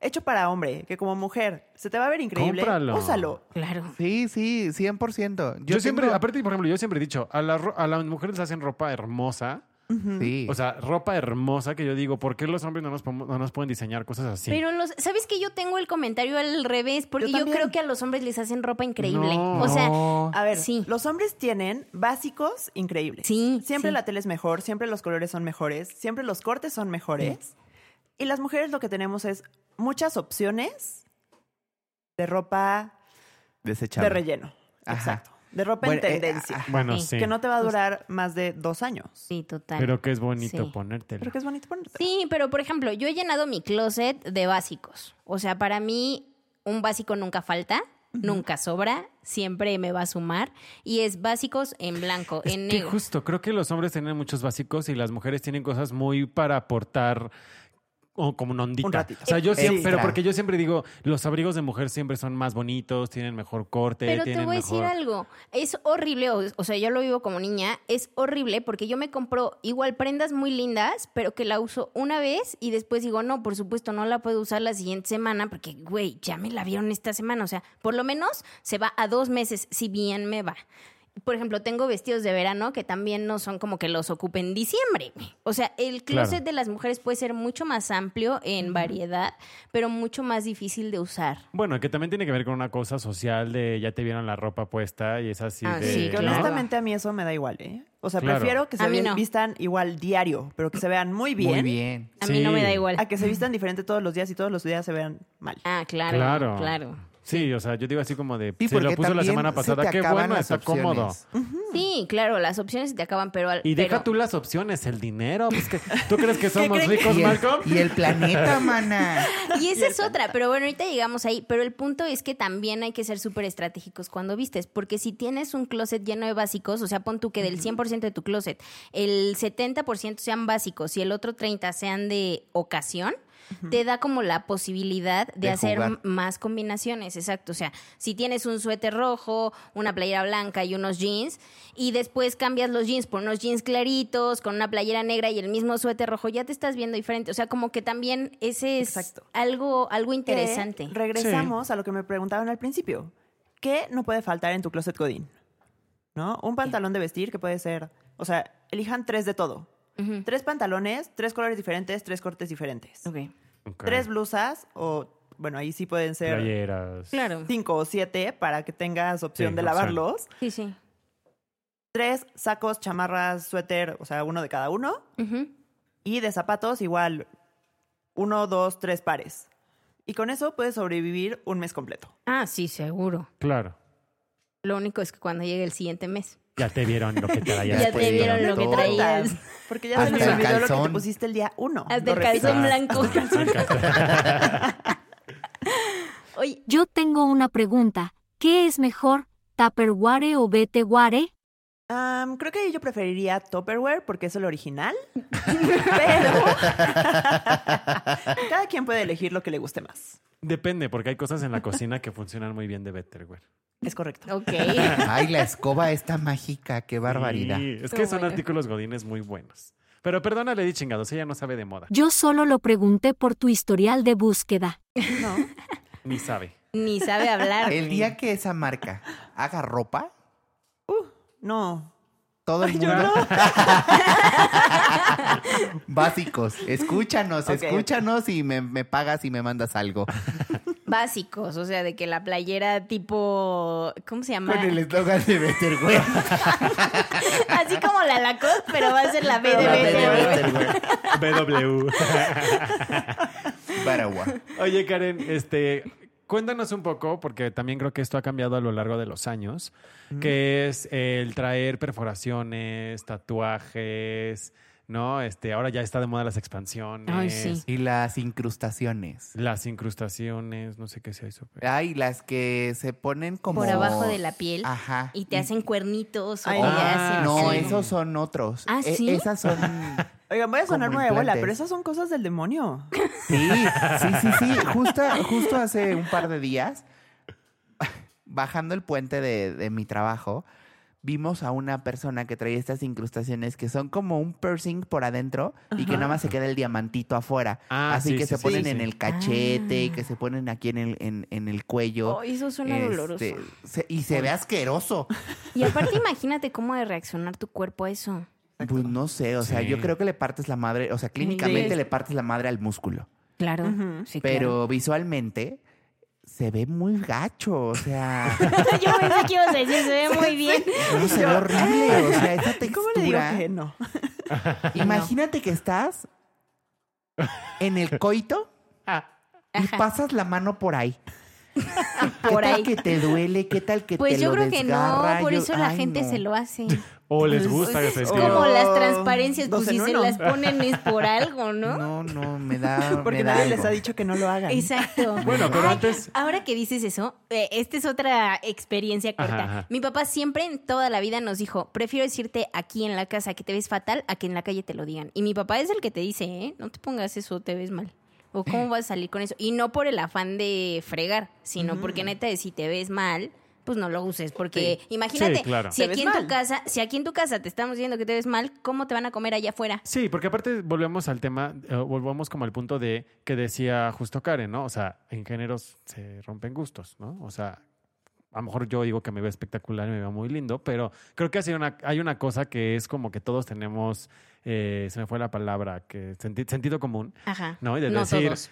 Speaker 5: hecho para hombre que como mujer se te va a ver increíble,
Speaker 2: Cómpralo.
Speaker 5: úsalo.
Speaker 4: Claro.
Speaker 3: Sí, sí, 100%.
Speaker 2: Yo, siempre,
Speaker 3: tengo-
Speaker 2: aparte, por ejemplo, yo siempre he dicho, a, la ro- a las mujeres les hacen ropa hermosa.
Speaker 3: Sí.
Speaker 2: O sea, ropa hermosa que yo digo, ¿por qué los hombres no nos, podemos- no nos pueden diseñar cosas así?
Speaker 4: Pero los, ¿sabes que yo tengo el comentario al revés? Porque
Speaker 5: Yo
Speaker 4: yo,
Speaker 5: también.
Speaker 4: creo que a los hombres les hacen ropa increíble.
Speaker 2: No.
Speaker 4: o sea,
Speaker 2: No.
Speaker 5: A ver,
Speaker 4: Sí.
Speaker 5: los hombres tienen básicos increíbles.
Speaker 4: Sí,
Speaker 5: Siempre
Speaker 4: sí.
Speaker 5: la tele es mejor, siempre los colores son mejores, siempre los cortes son mejores. Y las mujeres lo que tenemos es muchas opciones de ropa
Speaker 3: Desechable.
Speaker 5: de relleno.
Speaker 3: Ajá.
Speaker 5: Exacto. De ropa
Speaker 3: Bueno, eh,
Speaker 5: en tendencia.
Speaker 3: ah,
Speaker 2: bueno,
Speaker 4: Sí.
Speaker 2: sí.
Speaker 5: Que no te va a durar más de dos años.
Speaker 4: sí, total.
Speaker 2: Pero que es bonito
Speaker 4: Sí.
Speaker 2: ponértelo.
Speaker 5: Pero que es bonito ponerte.
Speaker 4: Sí, pero por ejemplo, yo he llenado mi closet de básicos. O sea, para mí un básico nunca falta, nunca sobra, siempre me va a sumar y es básicos en blanco,
Speaker 2: Es
Speaker 4: en
Speaker 2: que
Speaker 4: negro.
Speaker 2: justo, creo que los hombres tienen muchos básicos y las mujeres tienen cosas muy para aportar o como una ondita.
Speaker 5: Un ratito.
Speaker 2: O sea, yo
Speaker 3: Sí.
Speaker 2: siempre, pero
Speaker 3: Extra.
Speaker 2: porque yo siempre digo, los abrigos de mujer siempre son más bonitos, tienen mejor corte,
Speaker 4: Pero te
Speaker 2: tienen
Speaker 4: voy a decir
Speaker 2: mejor-
Speaker 4: algo, es horrible, o, o sea, yo lo vivo como niña, es horrible porque yo me compro igual prendas muy lindas, pero que la uso una vez y después digo, no, por supuesto, no la puedo usar la siguiente semana porque, güey, ya me la vieron esta semana, o sea, por lo menos se va a dos meses, si bien me va. Por ejemplo, tengo vestidos de verano que también no son como que los ocupe en diciembre. O sea, el
Speaker 2: Claro.
Speaker 4: closet de las mujeres puede ser mucho más amplio en variedad, pero mucho más difícil de usar.
Speaker 2: Bueno, que también tiene que ver con una cosa social de ya te vieron la ropa puesta y es así
Speaker 4: Ah,
Speaker 2: de...
Speaker 4: sí,
Speaker 5: Que
Speaker 4: claro.
Speaker 5: honestamente a mí eso me da igual, ¿eh? O sea,
Speaker 2: Claro.
Speaker 5: prefiero que se
Speaker 4: A mí
Speaker 5: vi-
Speaker 4: no.
Speaker 5: vistan igual diario, pero que se vean muy bien,
Speaker 3: Muy bien.
Speaker 4: A mí no me da
Speaker 2: Sí.
Speaker 4: igual.
Speaker 5: a que se vistan diferente todos los días y todos los días se vean mal.
Speaker 4: Ah, claro.
Speaker 2: Claro.
Speaker 4: Claro.
Speaker 2: Sí, o sea, yo digo así como de...
Speaker 3: Sí,
Speaker 2: se lo
Speaker 3: porque
Speaker 2: puso la
Speaker 3: también
Speaker 2: semana
Speaker 3: se
Speaker 2: pasada,
Speaker 3: te
Speaker 2: qué
Speaker 3: acaban
Speaker 2: bueno,
Speaker 3: las
Speaker 2: está
Speaker 3: opciones.
Speaker 2: cómodo.
Speaker 4: Sí, claro, las opciones se te acaban, pero al-
Speaker 2: Y deja
Speaker 4: pero-
Speaker 2: tú las opciones, el dinero. pues, que- ¿Tú crees que somos
Speaker 5: creen que-
Speaker 2: ricos,
Speaker 3: Y el,
Speaker 2: Malcolm?
Speaker 3: y el planeta, mana.
Speaker 4: Y esa es otra, pero bueno, ahorita llegamos ahí. Pero el punto es que también hay que ser súper estratégicos cuando vistes, porque si tienes un closet lleno de básicos, o sea, pon tú que del 100% de tu closet, el 70% sean básicos y el otro 30% sean de ocasión, te da como la posibilidad de,
Speaker 3: De
Speaker 4: hacer
Speaker 3: jugar.
Speaker 4: m- más combinaciones, exacto. O sea, si tienes un suéter rojo, una playera blanca y unos jeans, y después cambias los jeans por unos jeans claritos, con una playera negra y el mismo suéter rojo, ya te estás viendo diferente. O sea, como que también ese es
Speaker 5: Exacto.
Speaker 4: algo, algo
Speaker 5: Que
Speaker 4: interesante.
Speaker 5: Regresamos a lo que me preguntaban al principio. ¿Qué no puede faltar en tu closet Godín? ¿No? Un pantalón de vestir que puede ser, o sea, elijan tres de todo.
Speaker 4: Ujú.
Speaker 5: Tres pantalones, tres colores diferentes, tres cortes diferentes.
Speaker 4: Ok.
Speaker 2: Ok.
Speaker 5: Tres blusas o, bueno, ahí sí pueden ser
Speaker 2: Playeras.
Speaker 4: Claro.
Speaker 5: cinco o siete para que tengas opción
Speaker 2: Sí,
Speaker 5: de
Speaker 2: opción.
Speaker 5: lavarlos.
Speaker 4: Sí, sí.
Speaker 5: Tres sacos, chamarras, suéter, o sea, uno de cada uno.
Speaker 4: Ujú.
Speaker 5: Y de zapatos igual, uno, dos, tres pares. Y con eso puedes sobrevivir un mes completo.
Speaker 4: Ah, sí, seguro.
Speaker 2: Claro.
Speaker 4: Lo único es que cuando llegue el siguiente mes.
Speaker 2: Ya te vieron lo que te
Speaker 4: Ya,
Speaker 2: traías.
Speaker 3: Ya
Speaker 4: te
Speaker 3: después
Speaker 4: vieron
Speaker 3: vieron
Speaker 4: lo que
Speaker 3: todo.
Speaker 4: traías.
Speaker 5: Porque ya se
Speaker 3: Hasta
Speaker 5: les
Speaker 3: el
Speaker 5: olvidó lo que te
Speaker 3: calzón.
Speaker 5: pusiste el día uno.
Speaker 4: Hasta
Speaker 5: Lo
Speaker 4: el
Speaker 5: repito.
Speaker 4: calzón blanco. Oye,
Speaker 1: Yo tengo una pregunta. ¿Qué es mejor, Tupperware o Beteware?
Speaker 5: Am, creo que yo preferiría Tupperware porque es el original. Pero cada quien puede elegir lo que le guste más.
Speaker 2: Depende, porque hay cosas en la cocina que funcionan muy bien de Betterware.
Speaker 5: Es correcto.
Speaker 4: ok.
Speaker 3: Ay, la escoba está mágica, qué barbaridad.
Speaker 2: Sí, es
Speaker 4: Qué
Speaker 2: que son
Speaker 4: bueno.
Speaker 2: artículos godines muy buenos. Pero perdona, Lady Chingados, ella no sabe de moda,
Speaker 1: Yo solo lo pregunté por tu historial de búsqueda.
Speaker 5: ¿no?
Speaker 2: ni sabe.
Speaker 4: Ni sabe hablar.
Speaker 3: El día que esa marca haga ropa,
Speaker 5: No.
Speaker 3: Todo el
Speaker 5: Yo
Speaker 3: mundo.
Speaker 5: no.
Speaker 3: Básicos. Escúchanos,
Speaker 5: Ok, ok.
Speaker 3: escúchanos y me, me pagas y me mandas algo.
Speaker 4: Básicos, o sea, de que la playera tipo. ¿Cómo se llama?
Speaker 3: Con el eslogan de Better Güey.
Speaker 4: Así como la Lacoste, pero va a ser la B de
Speaker 3: La B de
Speaker 4: BTW.
Speaker 3: Better Güey.
Speaker 2: BW.
Speaker 3: Baragua.
Speaker 2: Oye, Karen, este, cuéntanos un poco, porque también creo que esto ha cambiado a lo largo de los años, que es el traer perforaciones, tatuajes, ¿no? Este, ahora ya está de moda las expansiones,
Speaker 4: Ay, sí.
Speaker 3: Y las incrustaciones.
Speaker 2: las incrustaciones, no sé qué sea eso. pero-
Speaker 3: Ay, las que se ponen como.
Speaker 4: Por abajo de la piel.
Speaker 3: Ajá.
Speaker 4: Y te hacen cuernitos o
Speaker 5: Ay,
Speaker 4: te
Speaker 5: no.
Speaker 4: hacen.
Speaker 3: No,
Speaker 2: Sí.
Speaker 3: esos son otros. E,
Speaker 4: ¿Ah, sí?
Speaker 3: Esas son.
Speaker 5: Oigan, voy a sonar
Speaker 3: Como
Speaker 5: muy abuela,
Speaker 3: implantes.
Speaker 5: pero esas son cosas del demonio.
Speaker 3: Sí, sí, sí, sí. Justo, justo hace un par de días, bajando el puente de, de mi trabajo, vimos a una persona que traía estas incrustaciones que son como un piercing por adentro y que nada más se queda el diamantito afuera.
Speaker 2: Ah,
Speaker 3: Así
Speaker 2: sí,
Speaker 3: que
Speaker 2: sí,
Speaker 3: se
Speaker 2: sí,
Speaker 3: ponen
Speaker 2: sí. Ah.
Speaker 3: en el cachete y que se ponen aquí en el, en, en el cuello.
Speaker 4: Oh, eso suena
Speaker 3: Este,
Speaker 4: doloroso.
Speaker 3: se- y se ve asqueroso.
Speaker 4: Y aparte, imagínate cómo ha de reaccionar tu cuerpo a eso.
Speaker 3: Pues no sé, o sea,
Speaker 2: Sí.
Speaker 3: yo creo que le partes la madre, o sea, clínicamente
Speaker 5: Sí.
Speaker 3: le partes la madre al músculo.
Speaker 4: Claro.
Speaker 5: Ujú.
Speaker 4: sí,
Speaker 3: Pero visualmente se ve muy gacho, o sea,
Speaker 4: claro. Yo pensé que ibas a decir, se ve muy bien.
Speaker 3: no, se ve horrible, o sea, esa
Speaker 5: ¿Cómo le digo
Speaker 3: textura.
Speaker 5: que no?
Speaker 3: Imagínate que estás en el coito y pasas la mano por ahí.
Speaker 4: Ah, Por
Speaker 3: ¿Qué tal
Speaker 4: ahí.
Speaker 3: que te duele? ¿Qué tal que
Speaker 4: Pues
Speaker 3: te
Speaker 4: yo
Speaker 3: lo
Speaker 4: creo que no,
Speaker 3: desgarra?
Speaker 4: por
Speaker 3: Yo-
Speaker 4: eso la
Speaker 3: ay,
Speaker 4: gente
Speaker 3: no.
Speaker 4: se lo hace.
Speaker 2: O les
Speaker 5: Pues,
Speaker 2: gusta que
Speaker 5: es
Speaker 2: se
Speaker 5: como-
Speaker 2: estire.
Speaker 4: Como
Speaker 5: Oh,
Speaker 4: las transparencias,
Speaker 5: dos
Speaker 4: pues
Speaker 5: en
Speaker 4: si se
Speaker 5: uno.
Speaker 4: las ponen es por algo, ¿no?
Speaker 3: No, no, me da.
Speaker 5: Porque
Speaker 3: me da
Speaker 5: nadie les
Speaker 3: algo.
Speaker 5: ha dicho que no lo hagan.
Speaker 4: Exacto.
Speaker 2: Bueno, pero
Speaker 4: Ay,
Speaker 2: antes-
Speaker 4: Ahora que dices eso, eh, esta es otra experiencia corta.
Speaker 2: Ajá, ajá.
Speaker 4: Mi papá siempre en toda la vida nos dijo: prefiero decirte aquí en la casa que te ves fatal a que en la calle te lo digan. Y mi papá es el que te dice: ¿eh? No te pongas eso, te ves mal. O cómo vas a salir con eso. Y no por el afán de fregar, sino porque neta, si te ves mal. Pues no lo uses, porque imagínate,
Speaker 2: Sí, claro.
Speaker 4: si
Speaker 5: Te
Speaker 4: aquí
Speaker 5: ves
Speaker 4: en tu
Speaker 5: mal.
Speaker 4: casa, si aquí en tu casa te estamos diciendo que te ves mal, ¿cómo te van a comer allá afuera?
Speaker 2: Sí, porque aparte volvemos al tema, eh, volvemos como al punto de que decía justo Karen, ¿no? O sea, en géneros se rompen gustos, ¿no? O sea, a lo mejor yo digo que me veo espectacular y me veo muy lindo, pero creo que ha sido una, hay una cosa que es como que todos tenemos, eh, se me fue la palabra, que senti- sentido común,
Speaker 4: Ajá.
Speaker 2: ¿no? Y de decir,
Speaker 4: todos.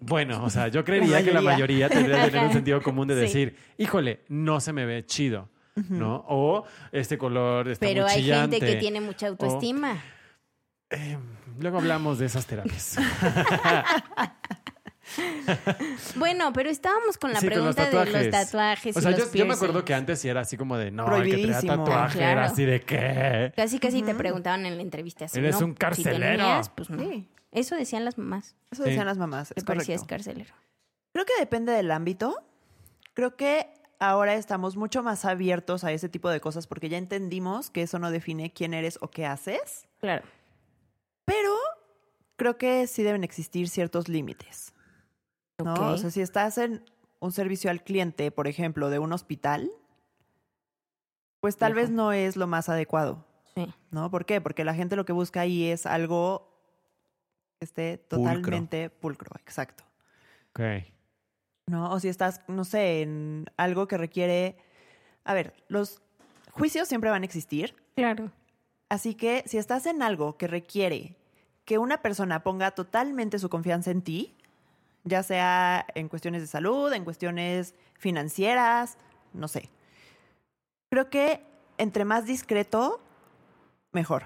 Speaker 2: bueno, o sea, yo creería que la
Speaker 5: mayoría.
Speaker 2: mayoría tendría que tener un
Speaker 4: Ajá.
Speaker 2: sentido común de
Speaker 4: Sí.
Speaker 2: decir, híjole, no se me ve chido, ¿no? O este color está
Speaker 4: Pero
Speaker 2: muy
Speaker 4: hay gente que
Speaker 2: chillante".
Speaker 4: tiene mucha autoestima.
Speaker 2: Eh, luego hablamos de esas terapias.
Speaker 4: Bueno, pero estábamos con la
Speaker 2: Sí, con los
Speaker 4: pregunta de los
Speaker 2: tatuajes.
Speaker 4: tatuajes.
Speaker 2: O sea,
Speaker 4: y
Speaker 2: yo,
Speaker 4: los
Speaker 2: yo me acuerdo
Speaker 4: piercings.
Speaker 2: que antes sí era así como de, no, el que traía
Speaker 5: Prohibidísimo.
Speaker 2: tatuaje
Speaker 4: Claro.
Speaker 2: era así de qué.
Speaker 4: Casi, casi te preguntaban en la entrevista. si
Speaker 2: Eres
Speaker 4: no,
Speaker 2: un
Speaker 4: si
Speaker 2: carcelero.
Speaker 4: tenías, pues no.
Speaker 5: Sí,
Speaker 4: Eso decían las mamás.
Speaker 5: eso
Speaker 2: Sí.
Speaker 5: decían las mamás.
Speaker 4: Te
Speaker 5: Es
Speaker 4: parecías
Speaker 5: correcto.
Speaker 4: carcelero.
Speaker 5: Creo que depende del ámbito. Creo que ahora estamos mucho más abiertos a ese tipo de cosas porque ya entendimos que eso no define quién eres o qué haces.
Speaker 4: Claro.
Speaker 5: Pero creo que sí deben existir ciertos límites. ¿no?
Speaker 4: Ok.
Speaker 5: O sea, si estás en un servicio al cliente, por ejemplo, de un hospital, pues tal
Speaker 4: Ujú.
Speaker 5: vez no es lo más adecuado.
Speaker 4: Sí.
Speaker 5: ¿No? ¿Por qué? Porque la gente lo que busca ahí es algo que esté
Speaker 3: Pulcro.
Speaker 5: totalmente pulcro, exacto.
Speaker 2: Ok.
Speaker 5: ¿no? O si estás, no sé, en algo que requiere... A ver, los juicios siempre van a existir,
Speaker 4: Claro.
Speaker 5: así que si estás en algo que requiere que una persona ponga totalmente su confianza en ti, ya sea en cuestiones de salud, en cuestiones financieras, no sé. Creo que entre más discreto, mejor.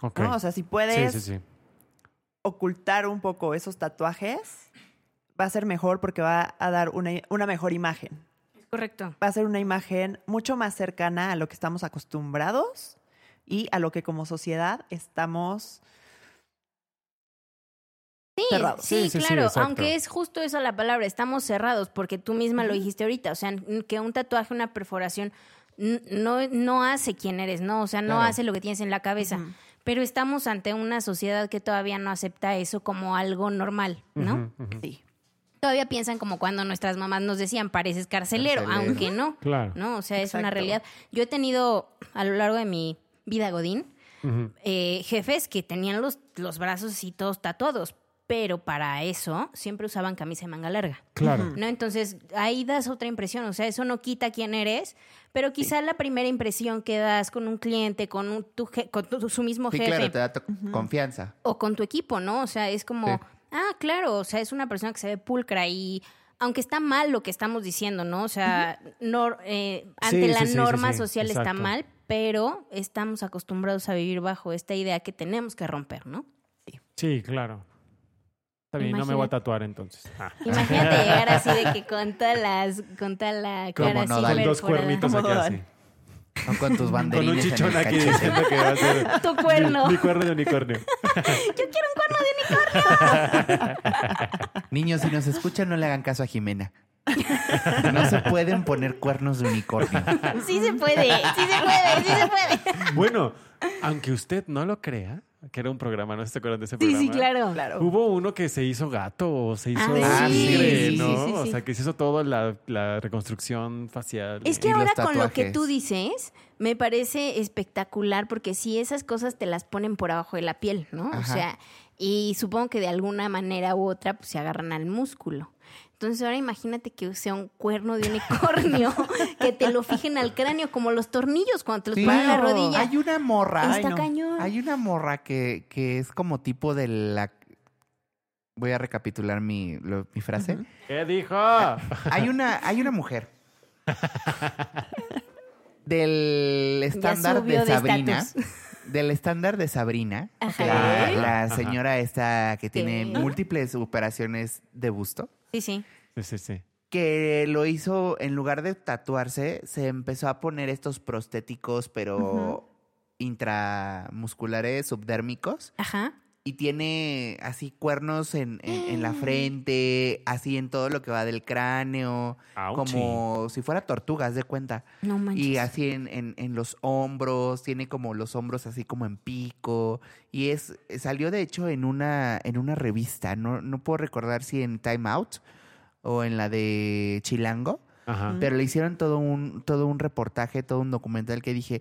Speaker 2: Ok.
Speaker 5: ¿no? O sea,
Speaker 2: sí,
Speaker 5: si puedes
Speaker 2: sí, sí.
Speaker 5: ocultar un poco esos tatuajes, va a ser mejor porque va a dar una, una mejor imagen.
Speaker 4: Es correcto.
Speaker 5: va a ser una imagen mucho más cercana a lo que estamos acostumbrados y a lo que como sociedad estamos
Speaker 4: Sí,
Speaker 5: cerrados.
Speaker 4: sí,
Speaker 2: Sí, sí, sí,
Speaker 4: claro.
Speaker 2: exacto.
Speaker 4: Aunque es justo eso la palabra. Estamos cerrados porque tú misma lo dijiste ahorita. O sea, n- que un tatuaje, una perforación, n- no, no hace quién eres, ¿no? O sea, no
Speaker 3: Claro.
Speaker 4: hace lo que tienes en la cabeza.
Speaker 5: Ujú.
Speaker 4: Pero estamos ante una sociedad que todavía no acepta eso como algo normal, ¿no?
Speaker 2: Ujú, ujú.
Speaker 5: Sí.
Speaker 4: todavía piensan como cuando nuestras mamás nos decían, pareces carcelero,
Speaker 3: Carcelero.
Speaker 4: aunque no.
Speaker 2: Claro.
Speaker 4: ¿No? O sea, es una
Speaker 5: Exacto.
Speaker 4: realidad. Yo he tenido a lo largo de mi vida Godín
Speaker 2: Ujú.
Speaker 4: eh, jefes que tenían los, los brazos así todos tatuados. pero para eso siempre usaban camisa de manga larga.
Speaker 2: Claro.
Speaker 3: Mm.
Speaker 4: ¿no? Entonces, ahí das otra impresión, o sea, eso no quita quién eres, pero quizá la primera impresión que das con un cliente, con, un, tu, je- con tu- su mismo
Speaker 3: Sí,
Speaker 4: jefe
Speaker 3: claro, te da to- confianza.
Speaker 4: o con tu equipo, ¿no? O sea, es como,
Speaker 3: Sí.
Speaker 4: ah, claro, o sea, es una persona que se ve pulcra y aunque está mal lo que estamos diciendo, ¿no? O sea, nor- eh, ante
Speaker 2: Sí,
Speaker 4: la
Speaker 2: sí, sí, sí,
Speaker 4: norma
Speaker 2: sí,
Speaker 4: social está
Speaker 2: exacto.
Speaker 4: mal, pero estamos acostumbrados a vivir bajo esta idea que tenemos que romper, ¿no?
Speaker 2: Sí, claro. Está bien, no me voy a
Speaker 4: Imagínate.
Speaker 2: tatuar entonces. Ah.
Speaker 4: Imagínate llegar así de que con todas las, con toda la
Speaker 3: Como
Speaker 4: cara así
Speaker 3: Nodal.
Speaker 2: Con dos
Speaker 4: perforada.
Speaker 2: cuernitos aquí
Speaker 5: Como
Speaker 2: así.
Speaker 3: No con tus
Speaker 2: Con un
Speaker 3: banderines en
Speaker 2: chichón
Speaker 3: el
Speaker 2: aquí
Speaker 3: cachete.
Speaker 2: diciendo que va a ser
Speaker 4: Tu cuerno.
Speaker 2: Mi, mi cuerno de unicornio.
Speaker 3: Niños, si nos escuchan, no le hagan caso a Jimena. No se pueden poner cuernos de unicornio.
Speaker 4: Sí se puede, sí se puede, sí se puede.
Speaker 2: Bueno, aunque usted no lo crea, que era un programa, no sé si se acuerdan de ese
Speaker 4: Sí,
Speaker 2: programa.
Speaker 4: sí, claro.
Speaker 5: Claro.
Speaker 2: Hubo uno que se hizo gato o se hizo
Speaker 4: Oh. Ah, sí.
Speaker 2: tigre,
Speaker 3: Sí,
Speaker 2: ¿no?
Speaker 4: sí, sí,
Speaker 2: O
Speaker 4: sí.
Speaker 2: sea, que se hizo toda la, la reconstrucción facial.
Speaker 4: Es
Speaker 2: Y-
Speaker 4: que
Speaker 3: los
Speaker 4: ahora con lo que
Speaker 3: tatuajes.
Speaker 4: tú dices, me parece espectacular porque si esas cosas te las ponen por abajo de la piel, ¿no? O
Speaker 3: Ajá.
Speaker 4: sea, y supongo que de alguna manera u otra pues, se agarran al músculo. Entonces ahora imagínate que sea un cuerno de unicornio que te lo fijen al cráneo como los tornillos cuando te los
Speaker 3: Sí.
Speaker 4: ponen en la
Speaker 5: Claro.
Speaker 4: rodilla.
Speaker 3: Hay una morra.
Speaker 4: Está
Speaker 5: no.
Speaker 4: cañón.
Speaker 3: Hay una morra que, que es como tipo de la... Voy a recapitular mi, lo- mi frase.
Speaker 2: ¿Qué dijo?
Speaker 3: Hay una, hay una mujer. Del estándar
Speaker 4: subió
Speaker 3: de
Speaker 4: de
Speaker 3: Sabrina.
Speaker 4: estatus.
Speaker 3: del estándar de Sabrina.
Speaker 4: Ajá.
Speaker 3: La,
Speaker 2: Ok.
Speaker 3: la
Speaker 2: Ajá.
Speaker 3: señora esta que tiene
Speaker 4: Ok.
Speaker 3: múltiples operaciones de busto.
Speaker 4: Sí, sí.
Speaker 2: Sí, sí, sí.
Speaker 3: Que lo hizo, en lugar de tatuarse, se empezó a poner estos prostéticos, pero intramusculares, subdérmicos.
Speaker 4: Ajá.
Speaker 3: Y tiene así cuernos en, en- en la frente, así en todo lo que va del cráneo.
Speaker 2: Auchi.
Speaker 3: Como si fuera tortuga, haz de cuenta.
Speaker 4: No manches.
Speaker 3: Y así en, en- en los hombros, tiene como los hombros así como en pico. Y es, salió de hecho en una, en una revista, no, no puedo recordar si en Time Out o en la de Chilango,
Speaker 2: Ajá.
Speaker 3: pero le hicieron todo un, todo un reportaje, todo un documental que dije,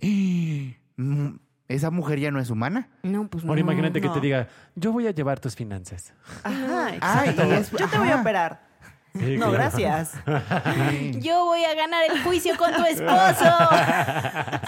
Speaker 3: "Mm, esa mujer ya no es humana.
Speaker 4: No, pues
Speaker 2: Ahora
Speaker 4: no.
Speaker 2: imagínate que
Speaker 5: no.
Speaker 2: te diga, yo voy a llevar tus finanzas.
Speaker 5: Ajá,
Speaker 3: Ah,
Speaker 5: exacto.
Speaker 3: y es-
Speaker 5: Yo te voy a
Speaker 3: ajá.
Speaker 5: operar.
Speaker 2: Sí,
Speaker 5: No,
Speaker 2: claro.
Speaker 5: gracias.
Speaker 4: Yo voy a ganar el juicio con tu esposo.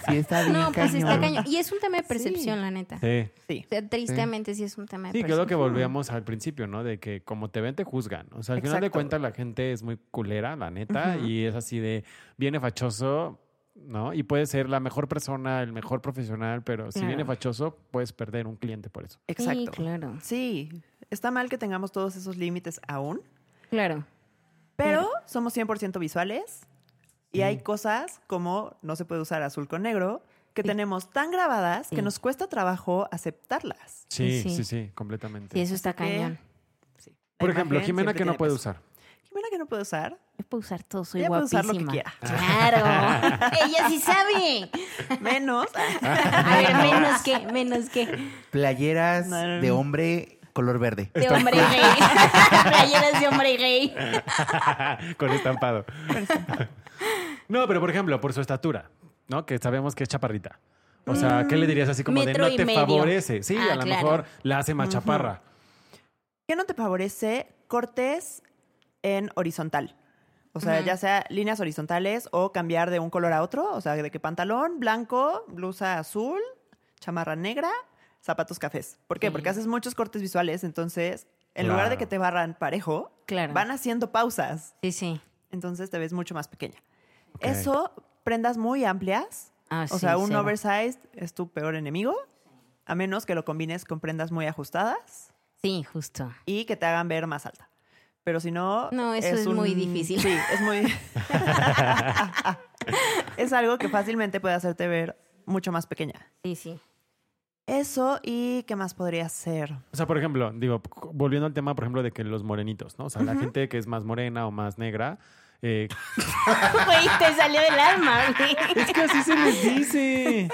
Speaker 3: Sí, está bien
Speaker 4: no, pues está
Speaker 3: cañón.
Speaker 4: cañón. Y es un tema de percepción, la neta.
Speaker 2: Sí.
Speaker 5: Sí.
Speaker 4: O sea, tristemente sí es un tema de
Speaker 2: Sí, que es lo que
Speaker 4: percepción.
Speaker 2: volvíamos al principio, ¿no? De que como te ven, te juzgan. O sea, al final de
Speaker 5: Exacto.
Speaker 2: cuentas la gente es muy culera, la neta, y es así de, viene fachoso, ¿no? Y puede ser la mejor persona, el mejor profesional, pero si
Speaker 4: Claro.
Speaker 2: viene fachoso, puedes perder un cliente por eso.
Speaker 5: Exacto.
Speaker 4: Sí, claro.
Speaker 5: Sí, está mal que tengamos todos esos límites aún,
Speaker 4: Claro.
Speaker 5: pero somos 100% visuales y hay cosas como no se puede usar azul con negro que tenemos tan grabadas
Speaker 4: Sí.
Speaker 5: que nos cuesta trabajo aceptarlas.
Speaker 2: Sí, sí,
Speaker 4: Sí.
Speaker 2: sí, completamente.
Speaker 4: Y eso está
Speaker 5: que-
Speaker 4: cañón.
Speaker 2: Por
Speaker 5: La
Speaker 2: ejemplo,
Speaker 5: imagen
Speaker 2: Jimena
Speaker 5: siempre
Speaker 2: que no
Speaker 5: tiene
Speaker 2: puede
Speaker 5: peso.
Speaker 2: usar.
Speaker 5: Jimena que no puede usar.
Speaker 4: Yo puedo usar todo, soy
Speaker 5: Ella puede
Speaker 4: guapísima.
Speaker 5: usar lo que quiera.
Speaker 4: Claro. Ella sí sabe.
Speaker 5: Menos.
Speaker 4: A ver, menos que, menos que
Speaker 3: Playeras
Speaker 5: No, no,
Speaker 3: de
Speaker 5: no.
Speaker 3: hombre color verde.
Speaker 4: de hombre gay. Playeras de hombre gay.
Speaker 2: Con estampado. no, pero por ejemplo, por su estatura, ¿no? Que sabemos que es chaparrita. O sea, ¿qué le dirías así como de
Speaker 4: metro
Speaker 2: no
Speaker 4: y
Speaker 2: te
Speaker 4: medio".
Speaker 2: favorece? Sí,
Speaker 4: Ah,
Speaker 2: a lo
Speaker 4: claro.
Speaker 2: mejor la hace más chaparra.
Speaker 5: ¿Qué no te favorece? Cortes en horizontal. O sea, ya sea líneas horizontales o cambiar de un color a otro. O sea, de que pantalón blanco, blusa azul, chamarra negra, zapatos cafés. ¿Por qué?
Speaker 4: Sí.
Speaker 5: Porque haces muchos cortes visuales. Entonces, en lugar de
Speaker 2: Claro.
Speaker 5: que te barran parejo,
Speaker 4: Claro.
Speaker 5: van haciendo pausas.
Speaker 4: Sí, sí.
Speaker 5: Entonces te ves mucho más pequeña.
Speaker 2: Ok.
Speaker 5: Eso, prendas muy amplias.
Speaker 4: Ah,
Speaker 5: o
Speaker 4: sí,
Speaker 5: sea, un
Speaker 4: cero.
Speaker 5: oversized es tu peor enemigo. A menos que lo combines con prendas muy ajustadas
Speaker 4: Sí, justo.
Speaker 5: y que te hagan ver más alta. Pero si no...
Speaker 4: No, eso es muy difícil.
Speaker 5: Sí, es muy... es algo que fácilmente puede hacerte ver mucho más pequeña.
Speaker 4: Sí, sí.
Speaker 5: Eso y qué más podría ser.
Speaker 2: O sea, por ejemplo, digo, volviendo al tema, por ejemplo, de que los morenitos, ¿no? O sea, la gente que es más morena o más negra. eh,
Speaker 4: Güey, te salió del alma. güey.
Speaker 2: es que así se les dice.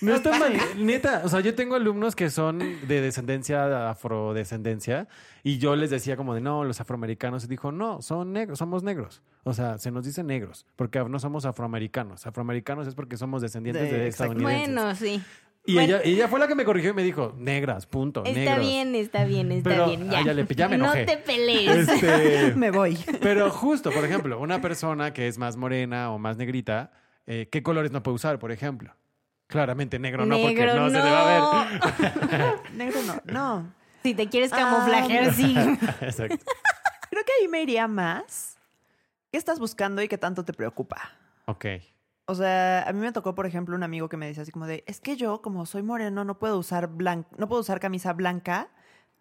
Speaker 2: No está mal, neta. O sea, yo tengo alumnos que son de descendencia, de afrodescendencia, y yo les decía como de no, los afroamericanos. Y dijo, no, son negros, somos negros. O sea, se nos dice negros, porque no somos afroamericanos. Afroamericanos es porque somos descendientes de,
Speaker 5: De- exacto.
Speaker 2: estadounidenses.
Speaker 4: Bueno, sí.
Speaker 2: Y
Speaker 4: Bueno.
Speaker 2: ella, ella fue la que me corrigió y me dijo, negras, punto,
Speaker 4: Está
Speaker 2: negros".
Speaker 4: bien, está bien, está
Speaker 2: Pero
Speaker 4: bien. Ya,
Speaker 2: ah, ya le- ya me
Speaker 4: no
Speaker 2: enojé.
Speaker 4: te pelees.
Speaker 2: Este,
Speaker 5: Me voy.
Speaker 2: pero justo, por ejemplo, una persona que es más morena o más negrita, eh, ¿qué colores no puede usar, por ejemplo? Claramente negro no, porque
Speaker 4: Negro,
Speaker 2: no, se le va a
Speaker 4: no.
Speaker 5: Negro no. No.
Speaker 4: Si te quieres
Speaker 5: Ah,
Speaker 4: camuflajear, sí.
Speaker 2: ver. Exacto.
Speaker 5: Creo que ahí me iría más. ¿Qué estás buscando y qué tanto te preocupa?
Speaker 2: Ok.
Speaker 5: O sea, a mí me tocó, por ejemplo, un amigo que me decía así como de, es que yo, como soy moreno, no puedo usar blan- no puedo usar camisa blanca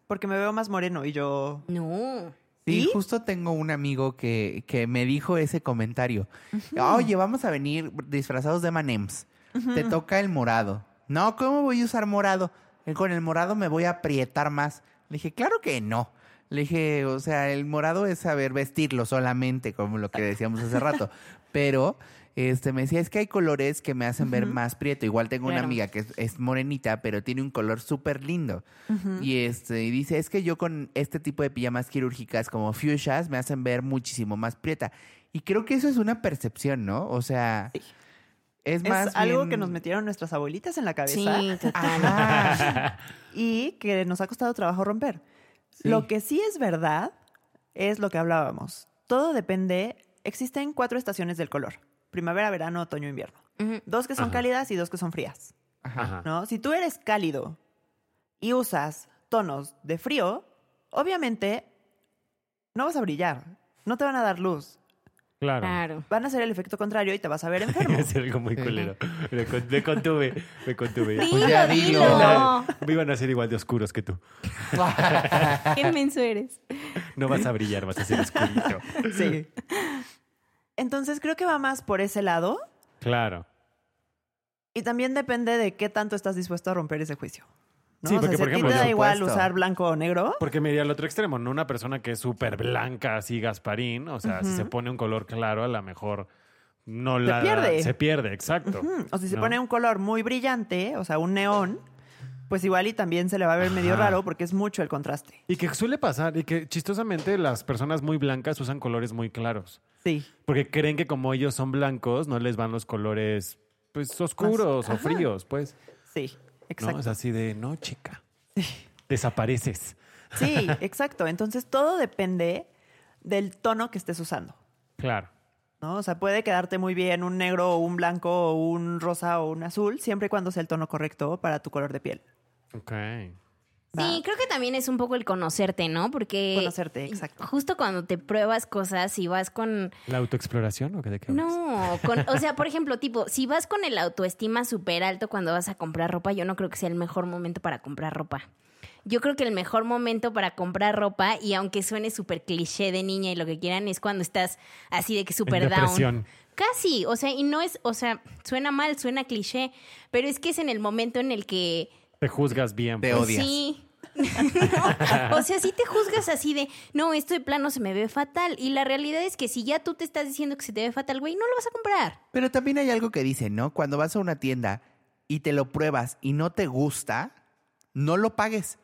Speaker 5: porque me veo más moreno. Y yo,
Speaker 4: No.
Speaker 3: Sí,
Speaker 5: ¿Y?
Speaker 3: justo tengo un amigo que, que me dijo ese comentario. Oye, vamos a venir disfrazados de Manems. Te toca el morado. No, ¿cómo voy a usar morado? Eh, Con el morado me voy a aprietar más. Le dije, claro que no. Le dije, o sea, el morado es saber vestirlo solamente, como lo que decíamos hace rato. Pero este me decía, es que hay colores que me hacen ver más prieto. Igual tengo una
Speaker 4: Claro.
Speaker 3: amiga que es, es morenita, pero tiene un color súper lindo. Y este, y dice, es que yo con este tipo de pijamas quirúrgicas como fuchsias me hacen ver muchísimo más prieta. Y creo que eso es una percepción, ¿no? O sea, es
Speaker 5: es
Speaker 3: más
Speaker 5: algo
Speaker 3: bien-
Speaker 5: que nos metieron nuestras abuelitas en la
Speaker 4: Sí,
Speaker 5: cabeza
Speaker 4: total.
Speaker 3: Ajá.
Speaker 5: y que nos ha costado trabajo romper.
Speaker 3: Sí.
Speaker 5: Lo que sí es verdad es lo que hablábamos. Todo depende. Existen cuatro estaciones del color. Primavera, verano, otoño, invierno.
Speaker 4: Ujú.
Speaker 5: Dos que son
Speaker 2: Ajá.
Speaker 5: cálidas y dos que son frías.
Speaker 2: Ajá.
Speaker 5: ¿no? Si tú eres cálido y usas tonos de frío, obviamente no vas a brillar, no te van a dar luz,
Speaker 2: Claro.
Speaker 4: Claro.
Speaker 5: van a hacer el efecto contrario y te vas a ver enfermo.
Speaker 2: Es algo muy culero. Me con- me contuve, me contuve.
Speaker 4: Dilo,
Speaker 3: ya
Speaker 4: dilo.
Speaker 3: dilo.
Speaker 2: Hola, Me iban a ser igual de oscuros que tú.
Speaker 4: Qué menso eres.
Speaker 2: No vas a brillar, vas a ser oscurito.
Speaker 5: Sí. Entonces creo que va más por ese lado
Speaker 2: Claro.
Speaker 5: y también depende de qué tanto estás dispuesto a romper ese juicio. ¿no?
Speaker 2: Sí,
Speaker 5: O sea,
Speaker 2: porque,
Speaker 5: si
Speaker 2: por
Speaker 5: a ti
Speaker 2: ejemplo,
Speaker 5: te da
Speaker 3: por
Speaker 5: igual
Speaker 3: supuesto.
Speaker 5: usar blanco o negro,
Speaker 2: Porque me iría al otro extremo, ¿no? Una persona que es súper blanca, así Gasparín, o sea, si se pone un color claro, a lo mejor no
Speaker 5: Se
Speaker 2: la...
Speaker 5: pierde.
Speaker 2: Se pierde, exacto.
Speaker 5: mm, o si se
Speaker 2: ¿no?
Speaker 5: pone un color muy brillante, o sea, un neón, pues igual y también se le va a ver medio
Speaker 2: Ajá.
Speaker 5: raro porque es mucho el contraste.
Speaker 2: Y que suele pasar, y que chistosamente las personas muy blancas usan colores muy claros.
Speaker 5: Sí.
Speaker 2: Porque creen que como ellos son blancos, no les van los colores, pues, oscuros o fríos, pues.
Speaker 5: Sí,
Speaker 2: ¿no?
Speaker 5: exacto.
Speaker 2: Es así de, no, chica, desapareces.
Speaker 5: Sí, exacto. Entonces todo depende del tono que estés usando,
Speaker 2: Claro.
Speaker 5: ¿no? O sea, puede quedarte muy bien un negro o un blanco o un rosa o un azul, siempre y cuando sea el tono correcto para tu color de piel.
Speaker 2: Ok.
Speaker 4: Sí, creo que también es un poco el conocerte, ¿no? Porque.
Speaker 5: Conocerte, exacto.
Speaker 4: Justo cuando te pruebas cosas y vas con.
Speaker 2: ¿La autoexploración o qué de qué hablas?
Speaker 4: No, con- o sea, por ejemplo, tipo, si vas con el autoestima súper alto cuando vas a comprar ropa, yo no creo que sea el mejor momento para comprar ropa. Yo creo que el mejor momento para comprar ropa, y aunque suene súper cliché de niña y lo que quieran, es cuando estás así de que súper
Speaker 2: En
Speaker 4: down.
Speaker 2: depresión.
Speaker 4: Casi, o sea, y no es, o sea, suena mal, suena cliché, pero es que es en el momento en el que
Speaker 2: Te juzgas bien.
Speaker 3: Te
Speaker 2: pues.
Speaker 3: odias.
Speaker 4: Sí. No, o sea, si te juzgas así de, no, esto de plano se me ve fatal. Y la realidad es que si ya tú te estás diciendo que se te ve fatal, güey, no lo vas a comprar.
Speaker 3: Pero también hay algo que dicen, ¿no? Cuando vas a una tienda y te lo pruebas y no te gusta, no lo pagues.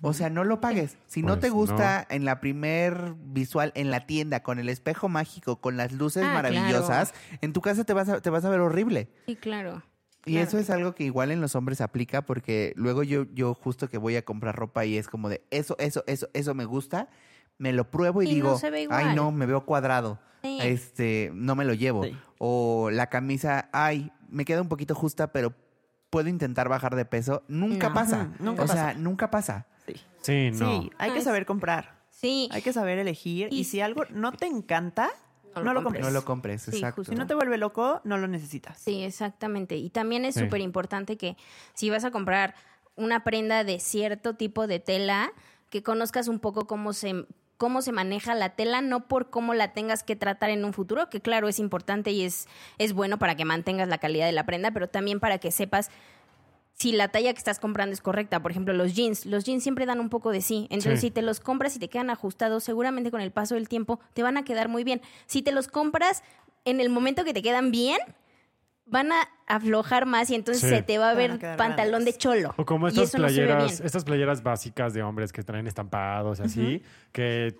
Speaker 3: O sea, no lo pagues. Si no
Speaker 2: Pues
Speaker 3: te gusta en la primer visual, en la tienda, con el espejo mágico, con las luces
Speaker 4: Ah,
Speaker 3: maravillosas, en tu casa te vas a, te vas a ver horrible.
Speaker 4: Sí, claro.
Speaker 3: Y eso es algo que igual en los hombres aplica porque luego yo, yo justo que voy a comprar ropa y es como de eso, eso, eso, eso me gusta, me lo pruebo y,
Speaker 4: Y no
Speaker 3: digo,
Speaker 4: se ve igual.
Speaker 3: ay no, me veo cuadrado,
Speaker 4: Sí.
Speaker 3: este, no me lo llevo.
Speaker 5: Sí.
Speaker 3: O la camisa, ay, me queda un poquito justa, pero puedo intentar bajar de peso. Nunca
Speaker 4: No.
Speaker 3: pasa.
Speaker 5: Ujú, nunca
Speaker 3: o sea, nunca pasa.
Speaker 2: pues. Sí, no.
Speaker 5: Sí, hay que
Speaker 4: es-
Speaker 5: saber comprar,
Speaker 4: Sí.
Speaker 5: hay que saber elegir y,
Speaker 4: Y-
Speaker 5: si algo no te encanta,
Speaker 4: No
Speaker 5: no,
Speaker 4: lo
Speaker 5: lo
Speaker 4: compres.
Speaker 5: compres.
Speaker 3: No lo compres,
Speaker 4: Sí,
Speaker 3: exacto.
Speaker 4: justo.
Speaker 5: si no te vuelve loco, no lo necesitas.
Speaker 4: Sí, exactamente. Y también es
Speaker 2: Sí.
Speaker 4: súper importante que si vas a comprar una prenda de cierto tipo de tela, que conozcas un poco cómo se cómo se maneja la tela, no por cómo la tengas que tratar en un futuro, que claro es importante y es, es bueno para que mantengas la calidad de la prenda, pero también para que sepas si la talla que estás comprando es correcta. Por ejemplo, los jeans. Los jeans siempre dan un poco de sí. Entonces,
Speaker 2: Sí.
Speaker 4: si te los compras y te quedan ajustados, seguramente con el paso del tiempo te van a quedar muy bien. Si te los compras en el momento que te quedan bien, van a aflojar más y entonces
Speaker 2: Sí.
Speaker 4: se te va a
Speaker 5: Te van a
Speaker 4: ver
Speaker 5: quedar
Speaker 4: pantalón
Speaker 5: grandes.
Speaker 4: de cholo.
Speaker 2: O como
Speaker 4: y
Speaker 2: estas
Speaker 4: eso no se ve
Speaker 2: playeras,
Speaker 4: bien.
Speaker 2: estas playeras básicas de hombres que traen estampados así, que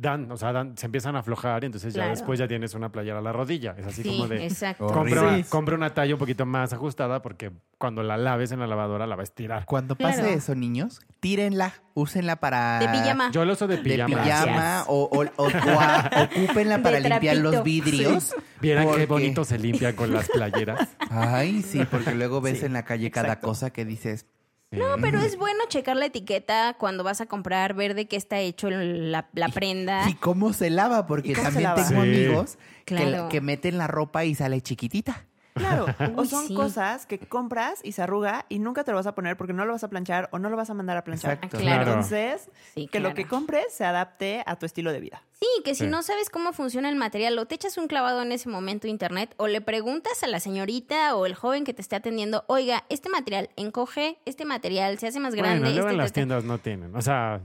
Speaker 2: dan, o sea, dan- se empiezan a aflojar y entonces ya
Speaker 4: Claro.
Speaker 2: después ya tienes una playera a la rodilla. Es así
Speaker 4: Sí,
Speaker 2: como de... "Oh,
Speaker 4: exacto.
Speaker 2: Compra,
Speaker 3: Horrible.
Speaker 2: una- compra una talla un poquito más ajustada porque cuando la laves en la lavadora la va a estirar.
Speaker 3: Cuando
Speaker 4: Claro.
Speaker 3: pase eso, niños, tírenla, úsenla para...
Speaker 4: De pijama.
Speaker 2: Yo lo uso de
Speaker 3: De
Speaker 2: pijama.
Speaker 3: pijama,
Speaker 4: Gracias.
Speaker 3: o, o, o- o a- ocúpenla
Speaker 4: De
Speaker 3: para limpiar
Speaker 4: trapito.
Speaker 3: los vidrios.
Speaker 2: Vieran
Speaker 3: porque-
Speaker 2: qué bonito se limpia con las playeras.
Speaker 3: Ay, sí, porque luego ves
Speaker 5: Sí,
Speaker 3: en la calle cada
Speaker 5: exacto.
Speaker 3: cosa que dices.
Speaker 4: No,
Speaker 2: mm".
Speaker 4: pero es bueno checar la etiqueta cuando vas a comprar, ver de qué está hecho el- la, la prenda.
Speaker 3: ¿Y cómo se lava? Porque
Speaker 5: ¿Y cómo se
Speaker 3: también
Speaker 5: lava?
Speaker 3: tengo
Speaker 2: Sí.
Speaker 3: amigos que-
Speaker 4: Claro.
Speaker 3: que, meten la ropa y sale chiquitita.
Speaker 5: Claro, o
Speaker 4: Uy,
Speaker 5: son
Speaker 4: sí.
Speaker 5: cosas que compras y se arruga y nunca te lo vas a poner porque no lo vas a planchar o no lo vas a mandar a planchar.
Speaker 3: Exacto.
Speaker 4: Ah, claro.
Speaker 5: Entonces,
Speaker 4: Sí,
Speaker 5: que
Speaker 4: claro.
Speaker 5: lo que compres se adapte a tu estilo de vida.
Speaker 4: Sí, que si
Speaker 2: Sí.
Speaker 4: no sabes cómo funciona el material, o te echas un clavado en ese momento a internet, o le preguntas a la señorita o el joven que te esté atendiendo, oiga, este material encoge, este material se hace más grande.
Speaker 2: bueno, luego
Speaker 4: este
Speaker 2: en
Speaker 4: te
Speaker 2: las
Speaker 4: está-".
Speaker 2: tiendas no tienen. O sea,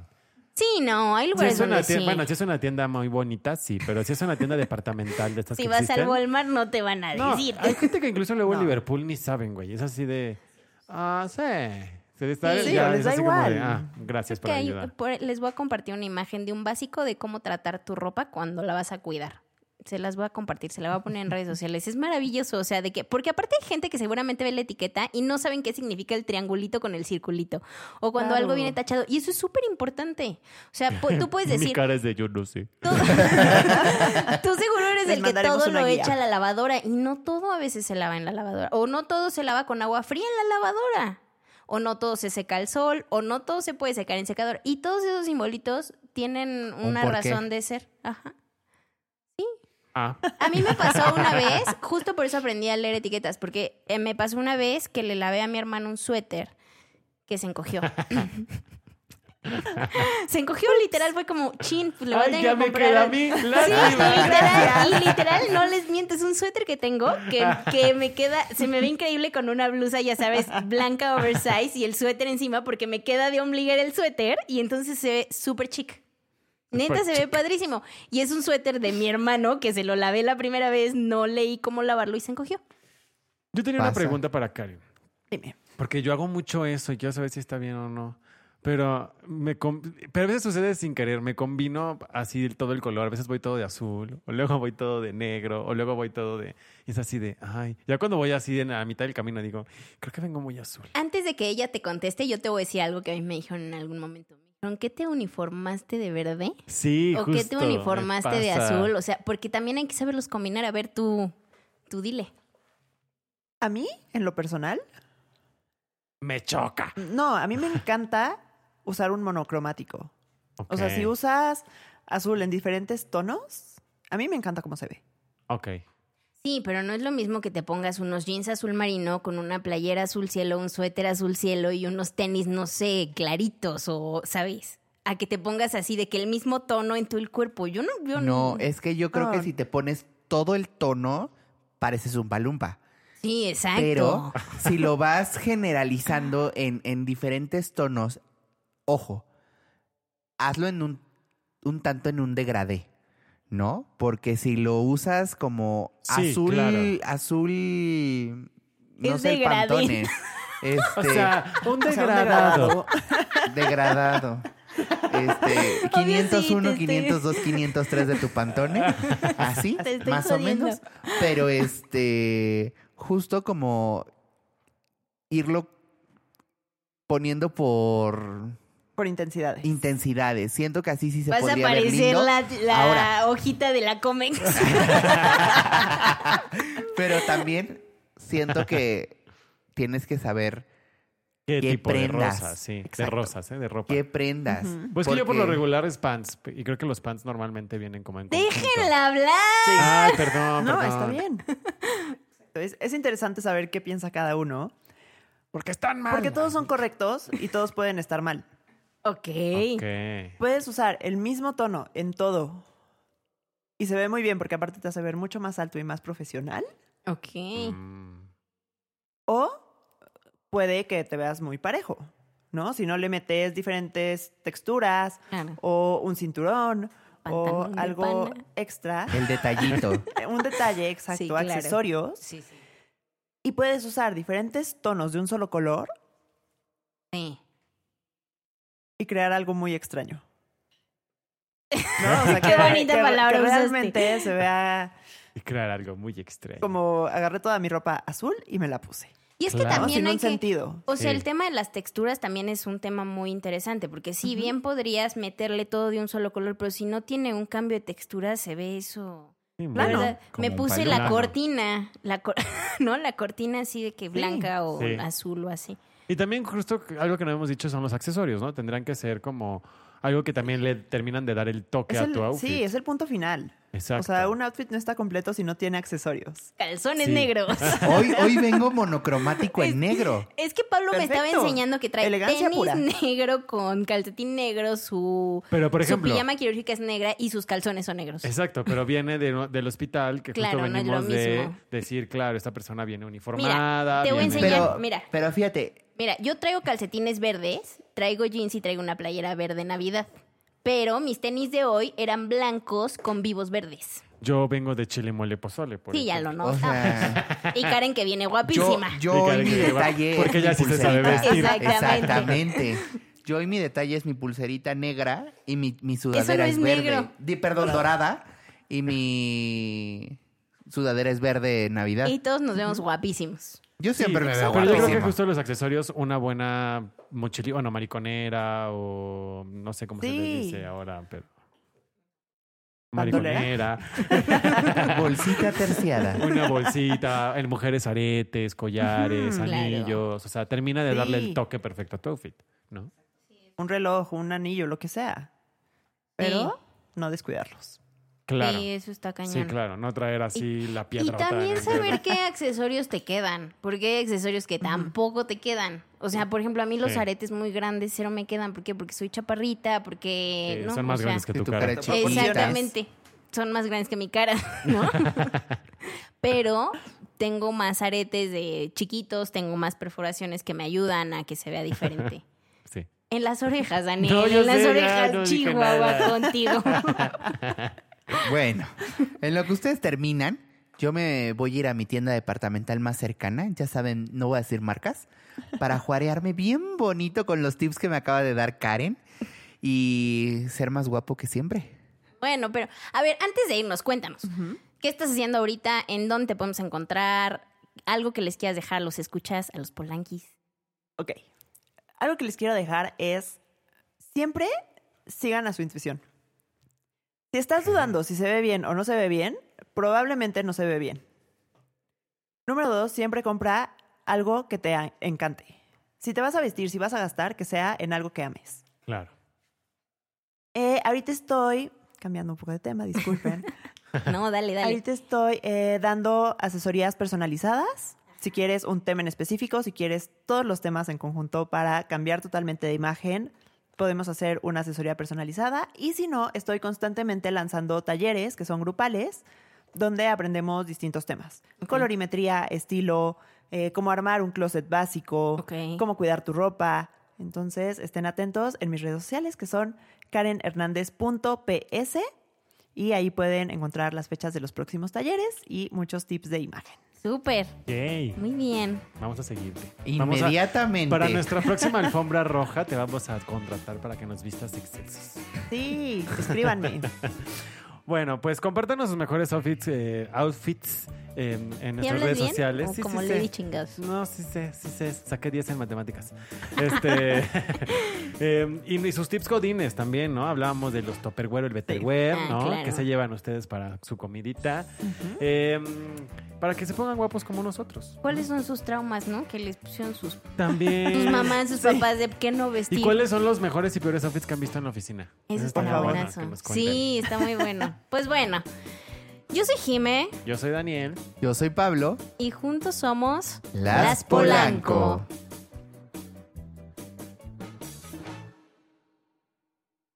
Speaker 4: Sí, no, hay
Speaker 2: si
Speaker 4: lugares
Speaker 2: es, una
Speaker 4: donde
Speaker 2: tienda,
Speaker 4: sí.
Speaker 2: bueno, si es una tienda muy bonita, sí, pero si es una tienda departamental de estas
Speaker 4: si
Speaker 2: que
Speaker 4: vas
Speaker 2: existen,
Speaker 4: al Walmart no te van a
Speaker 2: no,
Speaker 4: decir.
Speaker 2: hay gente que incluso luego en Liverpool ni saben, güey. Es así de, ah, sí. Se les da,
Speaker 5: Sí,
Speaker 2: ya,
Speaker 5: les
Speaker 2: es
Speaker 5: da
Speaker 2: así como de,
Speaker 5: igual.
Speaker 2: ah, gracias por
Speaker 4: Que hay-
Speaker 2: ayudar.
Speaker 4: por- les voy a compartir una imagen de un básico de cómo tratar tu ropa cuando la vas a cuidar. Se las voy a compartir, se la voy a poner en redes sociales. Es maravilloso, o sea, de que, porque aparte hay gente que seguramente ve la etiqueta y no saben qué significa el triangulito con el circulito. O cuando
Speaker 5: Claro.
Speaker 4: algo viene tachado. Y eso es súper importante. O sea, po- tú puedes
Speaker 2: Mi
Speaker 4: decir,
Speaker 2: cara es de yo no sé.
Speaker 4: Tú, tú seguro eres el
Speaker 5: Les
Speaker 4: que
Speaker 5: mandaremos
Speaker 4: todo
Speaker 5: una
Speaker 4: lo
Speaker 5: guía.
Speaker 4: echa a la lavadora y no todo a veces se lava en la lavadora. O no todo se lava con agua fría en la lavadora. O no todo se seca al sol. O no todo se puede secar en secador. Y todos esos simbolitos tienen
Speaker 3: Un
Speaker 4: una
Speaker 3: porqué.
Speaker 4: razón de ser. Ajá.
Speaker 2: Ah,
Speaker 4: A mí me pasó una vez, justo por eso aprendí a leer etiquetas, porque eh, me pasó una vez que le lavé a mi hermano un suéter que se encogió. se encogió literal, fue como chin, pues le voy a
Speaker 2: ay,
Speaker 4: tener
Speaker 2: ya
Speaker 4: que
Speaker 2: me
Speaker 4: comprar
Speaker 2: queda a
Speaker 4: al-
Speaker 2: mí.
Speaker 4: Sí,
Speaker 2: lástima.
Speaker 4: literal, y literal, no les miento, es un suéter que tengo que, que me queda, se me ve increíble con una blusa, ya sabes, blanca oversize y el suéter encima porque me queda de ombliguer el suéter y entonces se ve súper chic. Neta,
Speaker 2: Súper
Speaker 4: se ve padrísimo. Y es un suéter de mi hermano que se lo lavé la primera vez, no leí cómo lavarlo y se encogió.
Speaker 2: Yo tenía una
Speaker 3: Pasa.
Speaker 2: pregunta para Karen.
Speaker 5: Dime.
Speaker 2: Porque yo hago mucho eso y quiero saber si está bien o no. Pero, me com- pero a veces sucede sin querer. Me combino así el- todo el color. A veces voy todo de azul, o luego voy todo de negro, o luego voy todo de. y es así de. Ay. Ya cuando voy así en, a mitad del camino digo, creo que vengo muy azul.
Speaker 4: Antes de que ella te conteste, yo te voy a decir algo que a mí me dijeron en algún momento. Me dijeron, ¿qué te uniformaste de verde?
Speaker 2: Sí,
Speaker 4: ¿O qué
Speaker 2: justo.
Speaker 4: te uniformaste
Speaker 2: me
Speaker 4: de
Speaker 2: pasa.
Speaker 4: azul? O sea, porque también hay que saberlos combinar. A ver, tú, tú dile.
Speaker 5: A mí, en lo personal,
Speaker 2: Me choca.
Speaker 5: no, a mí me encanta usar un monocromático. O sea,
Speaker 2: Ok,
Speaker 5: si usas azul en diferentes tonos, a mí me encanta cómo se ve.
Speaker 2: Ok.
Speaker 4: Sí, pero no es lo mismo que te pongas unos jeans azul marino con una playera azul cielo, un suéter azul cielo y unos tenis, no sé, claritos o, ¿sabes? A que te pongas así de que el mismo tono en todo el cuerpo. Yo no, yo
Speaker 3: No, es que yo creo
Speaker 5: No.
Speaker 3: que si te pones todo el tono, pareces un palumpa.
Speaker 4: Sí, exacto.
Speaker 3: Pero si lo vas generalizando en, en diferentes tonos, ojo, hazlo en un, un tanto en un degradé, ¿no? Porque si lo usas como
Speaker 2: Sí,
Speaker 3: azul,
Speaker 2: claro.
Speaker 3: azul, no
Speaker 4: Es
Speaker 3: sé, el
Speaker 4: degradé.
Speaker 3: Pantone,
Speaker 2: O
Speaker 3: este,
Speaker 2: sea, un
Speaker 5: O sea, un
Speaker 2: degradado.
Speaker 5: degradado.
Speaker 3: degradado. Este,
Speaker 4: Obvio, sí, te
Speaker 3: 501,
Speaker 4: estoy-
Speaker 3: 502, 503 de tu pantone, así,
Speaker 4: Te estoy
Speaker 3: más
Speaker 4: jodiendo.
Speaker 3: o menos. Pero este, justo como irlo poniendo por
Speaker 5: Por intensidades.
Speaker 3: intensidades. Siento que así sí se
Speaker 4: Vas a
Speaker 3: podría ver
Speaker 4: parecer
Speaker 3: lindo.
Speaker 4: la, la
Speaker 3: Ahora,
Speaker 4: hojita de la Comex.
Speaker 3: pero también siento que tienes que saber
Speaker 2: ¿Qué
Speaker 3: que
Speaker 2: tipo
Speaker 3: prendas.
Speaker 2: de rosas? Sí, de
Speaker 3: Exacto.
Speaker 2: rosas, ¿eh? De ropa.
Speaker 3: qué prendas.
Speaker 5: Ujú.
Speaker 2: Pues que yo por lo
Speaker 3: porque-
Speaker 2: regular es pants. Y creo que los pants normalmente vienen como en. conjunto.
Speaker 4: ¡Déjenla hablar!
Speaker 2: Ay, perdón,
Speaker 5: No,
Speaker 2: perdón.
Speaker 5: está bien. Es, es interesante saber qué piensa cada uno,
Speaker 2: Porque están mal.
Speaker 5: porque todos son correctos y todos pueden estar mal.
Speaker 4: Ok.
Speaker 2: Ok.
Speaker 5: Puedes usar el mismo tono en todo y se ve muy bien porque aparte te hace ver mucho más alto y más profesional.
Speaker 4: Ok.
Speaker 2: Mm.
Speaker 5: O puede que te veas muy parejo, ¿no? Si no le metes diferentes texturas
Speaker 4: Claro.
Speaker 5: o un cinturón o
Speaker 4: Pantalón de
Speaker 5: algo
Speaker 4: pana.
Speaker 5: extra, eh,
Speaker 3: El detallito.
Speaker 5: un detalle exacto,
Speaker 4: Sí, claro.
Speaker 5: accesorios.
Speaker 4: Sí, sí.
Speaker 5: Y puedes usar diferentes tonos de un solo color
Speaker 4: Sí.
Speaker 5: y crear algo muy extraño. ¿no? O sea,
Speaker 4: Qué bonita palabra
Speaker 5: que
Speaker 4: usaste.
Speaker 5: realmente se vea
Speaker 2: Y crear algo muy extraño.
Speaker 5: como agarré toda mi ropa azul y me la puse.
Speaker 4: Y es que
Speaker 2: Claro.
Speaker 3: Ah,
Speaker 4: también
Speaker 5: Sin
Speaker 4: hay
Speaker 5: un
Speaker 4: que-
Speaker 5: sentido.
Speaker 4: O sea,
Speaker 2: Sí.
Speaker 4: el tema de las texturas también es un tema muy interesante, porque si bien podrías meterle todo de un solo color, pero si no tiene un cambio de textura, se ve eso.
Speaker 2: Sí,
Speaker 4: La
Speaker 2: bueno.
Speaker 4: verdad,
Speaker 3: como
Speaker 4: me
Speaker 3: un
Speaker 4: puse
Speaker 3: palo.
Speaker 4: la
Speaker 2: Plano.
Speaker 4: cortina, la cor- ¿no? La cortina así de que blanca o
Speaker 2: Sí.
Speaker 4: azul o así.
Speaker 2: Y también justo algo que no hemos dicho son los accesorios, ¿no? Tendrán que ser como algo que también le terminan de dar el toque
Speaker 5: Es
Speaker 2: a
Speaker 5: el-
Speaker 2: tu outfit.
Speaker 5: sí, es el punto final.
Speaker 2: Exacto.
Speaker 5: O sea, un outfit no está completo si no tiene accesorios.
Speaker 4: Calzones
Speaker 2: Sí.
Speaker 4: negros.
Speaker 3: Hoy, hoy vengo monocromático en negro.
Speaker 4: Es que Pablo me
Speaker 5: Perfecto.
Speaker 4: estaba enseñando que trae
Speaker 5: Elegancia
Speaker 4: tenis
Speaker 5: pura.
Speaker 4: negro con calcetín negro, su,
Speaker 2: Pero, por
Speaker 4: su
Speaker 2: ejemplo-
Speaker 4: pijama quirúrgica es negra y sus calzones son negros.
Speaker 2: Exacto, pero viene de- del hospital, que
Speaker 4: Claro, no
Speaker 2: justo
Speaker 4: es lo
Speaker 2: venimos de
Speaker 4: mismo.
Speaker 2: decir, claro, esta persona viene uniformada.
Speaker 4: te voy a
Speaker 2: viene-
Speaker 4: enseñar.
Speaker 3: Pero,
Speaker 4: mira.
Speaker 3: pero fíjate,
Speaker 4: Mira, yo traigo calcetines verdes, traigo jeans y traigo una playera verde Navidad. Pero mis tenis de hoy eran blancos con vivos verdes.
Speaker 2: Yo vengo de chile mole pozole. Por
Speaker 4: sí, ya
Speaker 2: ejemplo.
Speaker 4: lo
Speaker 3: o
Speaker 4: notamos.
Speaker 3: sea,
Speaker 4: Y Karen que viene
Speaker 3: yo,
Speaker 4: guapísima.
Speaker 3: yo
Speaker 2: Y
Speaker 3: hoy
Speaker 2: Karen
Speaker 3: mi
Speaker 2: que lleva-
Speaker 3: detalle es
Speaker 2: porque ella
Speaker 3: mi
Speaker 2: sí se sabe
Speaker 3: pulserita.
Speaker 2: vestir.
Speaker 4: Exactamente.
Speaker 3: Exactamente. Yo hoy mi detalle es mi pulserita negra y mi, mi sudadera
Speaker 4: no es
Speaker 3: verde.
Speaker 4: negro.
Speaker 3: Di- perdón, dorada. Y mi sudadera es verde Navidad.
Speaker 4: Y todos nos vemos guapísimos.
Speaker 3: Yo
Speaker 2: Sí,
Speaker 3: siempre me veo
Speaker 2: Pero yo creo que
Speaker 3: guapísimo.
Speaker 2: justo los accesorios, una buena mochilita, bueno, mariconera o no sé cómo se le
Speaker 5: Sí.
Speaker 2: dice ahora, pero...
Speaker 5: ¿Bandolera?
Speaker 2: Mariconera,
Speaker 3: Bolsita terciada.
Speaker 2: una bolsita, en mujeres aretes, collares,
Speaker 4: Ujú, Mm, claro.
Speaker 2: anillos, o sea, termina de darle
Speaker 5: Sí.
Speaker 2: el toque perfecto a tu outfit, ¿no?
Speaker 5: Un reloj, un anillo, lo que sea. Pero no descuidarlos.
Speaker 2: Claro.
Speaker 4: Sí, eso está cañón.
Speaker 2: Sí, claro, no traer así la
Speaker 4: Y
Speaker 2: piedra.
Speaker 4: también saber qué accesorios te quedan, porque hay accesorios que tampoco te quedan. O sea, por ejemplo, a mí los
Speaker 2: Sí.
Speaker 4: aretes muy grandes cero me quedan. ¿Por qué? Porque soy chaparrita, porque... no,
Speaker 2: son más
Speaker 4: O sea,
Speaker 2: grandes que
Speaker 3: si
Speaker 2: tu
Speaker 3: tu
Speaker 2: cara.
Speaker 3: cara es chiquita.
Speaker 4: Exactamente. Son más grandes que mi cara, ¿no? Pero tengo más aretes de chiquitos, tengo más perforaciones que me ayudan a que se vea diferente.
Speaker 2: Sí.
Speaker 4: En las orejas, Daniel,
Speaker 2: No, yo
Speaker 4: en las
Speaker 2: sé, ya
Speaker 4: orejas,
Speaker 2: no dije
Speaker 4: Chihuahua,
Speaker 2: nada.
Speaker 4: contigo.
Speaker 3: Bueno, en lo que ustedes terminan, yo me voy a ir a mi tienda departamental más cercana, ya saben, no voy a decir marcas, para juarearme bien bonito con los tips que me acaba de dar Karen y ser más guapo que siempre.
Speaker 4: Bueno, pero a ver, antes de irnos, cuéntanos. ¿Qué estás haciendo ahorita? ¿En dónde te podemos encontrar? Algo que les quieras dejar, los escuchas a los polanquis.
Speaker 5: Ok. Algo que les quiero dejar es siempre sigan a su intuición. Si estás dudando si se ve bien o no se ve bien, probablemente no se ve bien. Número dos, siempre compra algo que te a- encante. Si te vas a vestir, si vas a gastar, que sea en algo que ames.
Speaker 2: Claro.
Speaker 5: Eh, ahorita estoy, cambiando un poco de tema, disculpen.
Speaker 4: No, dale, dale.
Speaker 5: Ahorita estoy eh, dando asesorías personalizadas. Si quieres un tema en específico, si quieres todos los temas en conjunto para cambiar totalmente de imagen, podemos hacer una asesoría personalizada. Y si no, estoy constantemente lanzando talleres que son grupales, donde aprendemos distintos temas. Colorimetría, estilo, eh, cómo armar un closet básico,
Speaker 4: Ok.
Speaker 5: cómo cuidar tu ropa. Entonces, estén atentos en mis redes sociales que son karenhernández.ps y ahí pueden encontrar las fechas de los próximos talleres y muchos tips de imagen.
Speaker 4: Súper.
Speaker 2: Yay.
Speaker 4: Muy bien.
Speaker 2: Vamos a seguirte. Vamos a-
Speaker 3: Inmediatamente.
Speaker 2: para nuestra próxima alfombra roja te vamos a contratar para que nos vistas excesos.
Speaker 5: Sí, escríbanme.
Speaker 2: Bueno, pues compártanos sus mejores outfits, eh, outfits em, en, en nuestras
Speaker 4: ¿Y hablas
Speaker 2: redes
Speaker 4: bien?
Speaker 2: sociales.
Speaker 4: O
Speaker 2: Sí,
Speaker 4: como
Speaker 2: sí,
Speaker 4: Lady
Speaker 2: sé.
Speaker 4: Chingados.
Speaker 2: No, sí sé, sí sé. Saqué 10 en matemáticas. Este, eh, y, y sus tips godines también, ¿no? Hablábamos de los topperware, el betterware,
Speaker 4: Ah,
Speaker 2: ¿no?
Speaker 4: claro.
Speaker 2: Que se llevan ustedes para su comidita. Eh, para que se pongan guapos como nosotros.
Speaker 4: ¿Cuáles son sus traumas, no? Que les pusieron sus,
Speaker 2: También.
Speaker 4: sus mamás, sus papás de qué no vestir.
Speaker 2: Eh, ¿Y cuáles son los mejores y peores outfits que han visto en la oficina?
Speaker 4: Eso
Speaker 2: Está
Speaker 4: está
Speaker 2: bueno
Speaker 4: buenazo.
Speaker 2: que nos cuenten.
Speaker 4: Sí, está muy bueno. Pues bueno, yo soy Jime
Speaker 2: Yo soy Daniel.
Speaker 3: Yo soy Pablo.
Speaker 4: y juntos somos
Speaker 3: Las Polanco.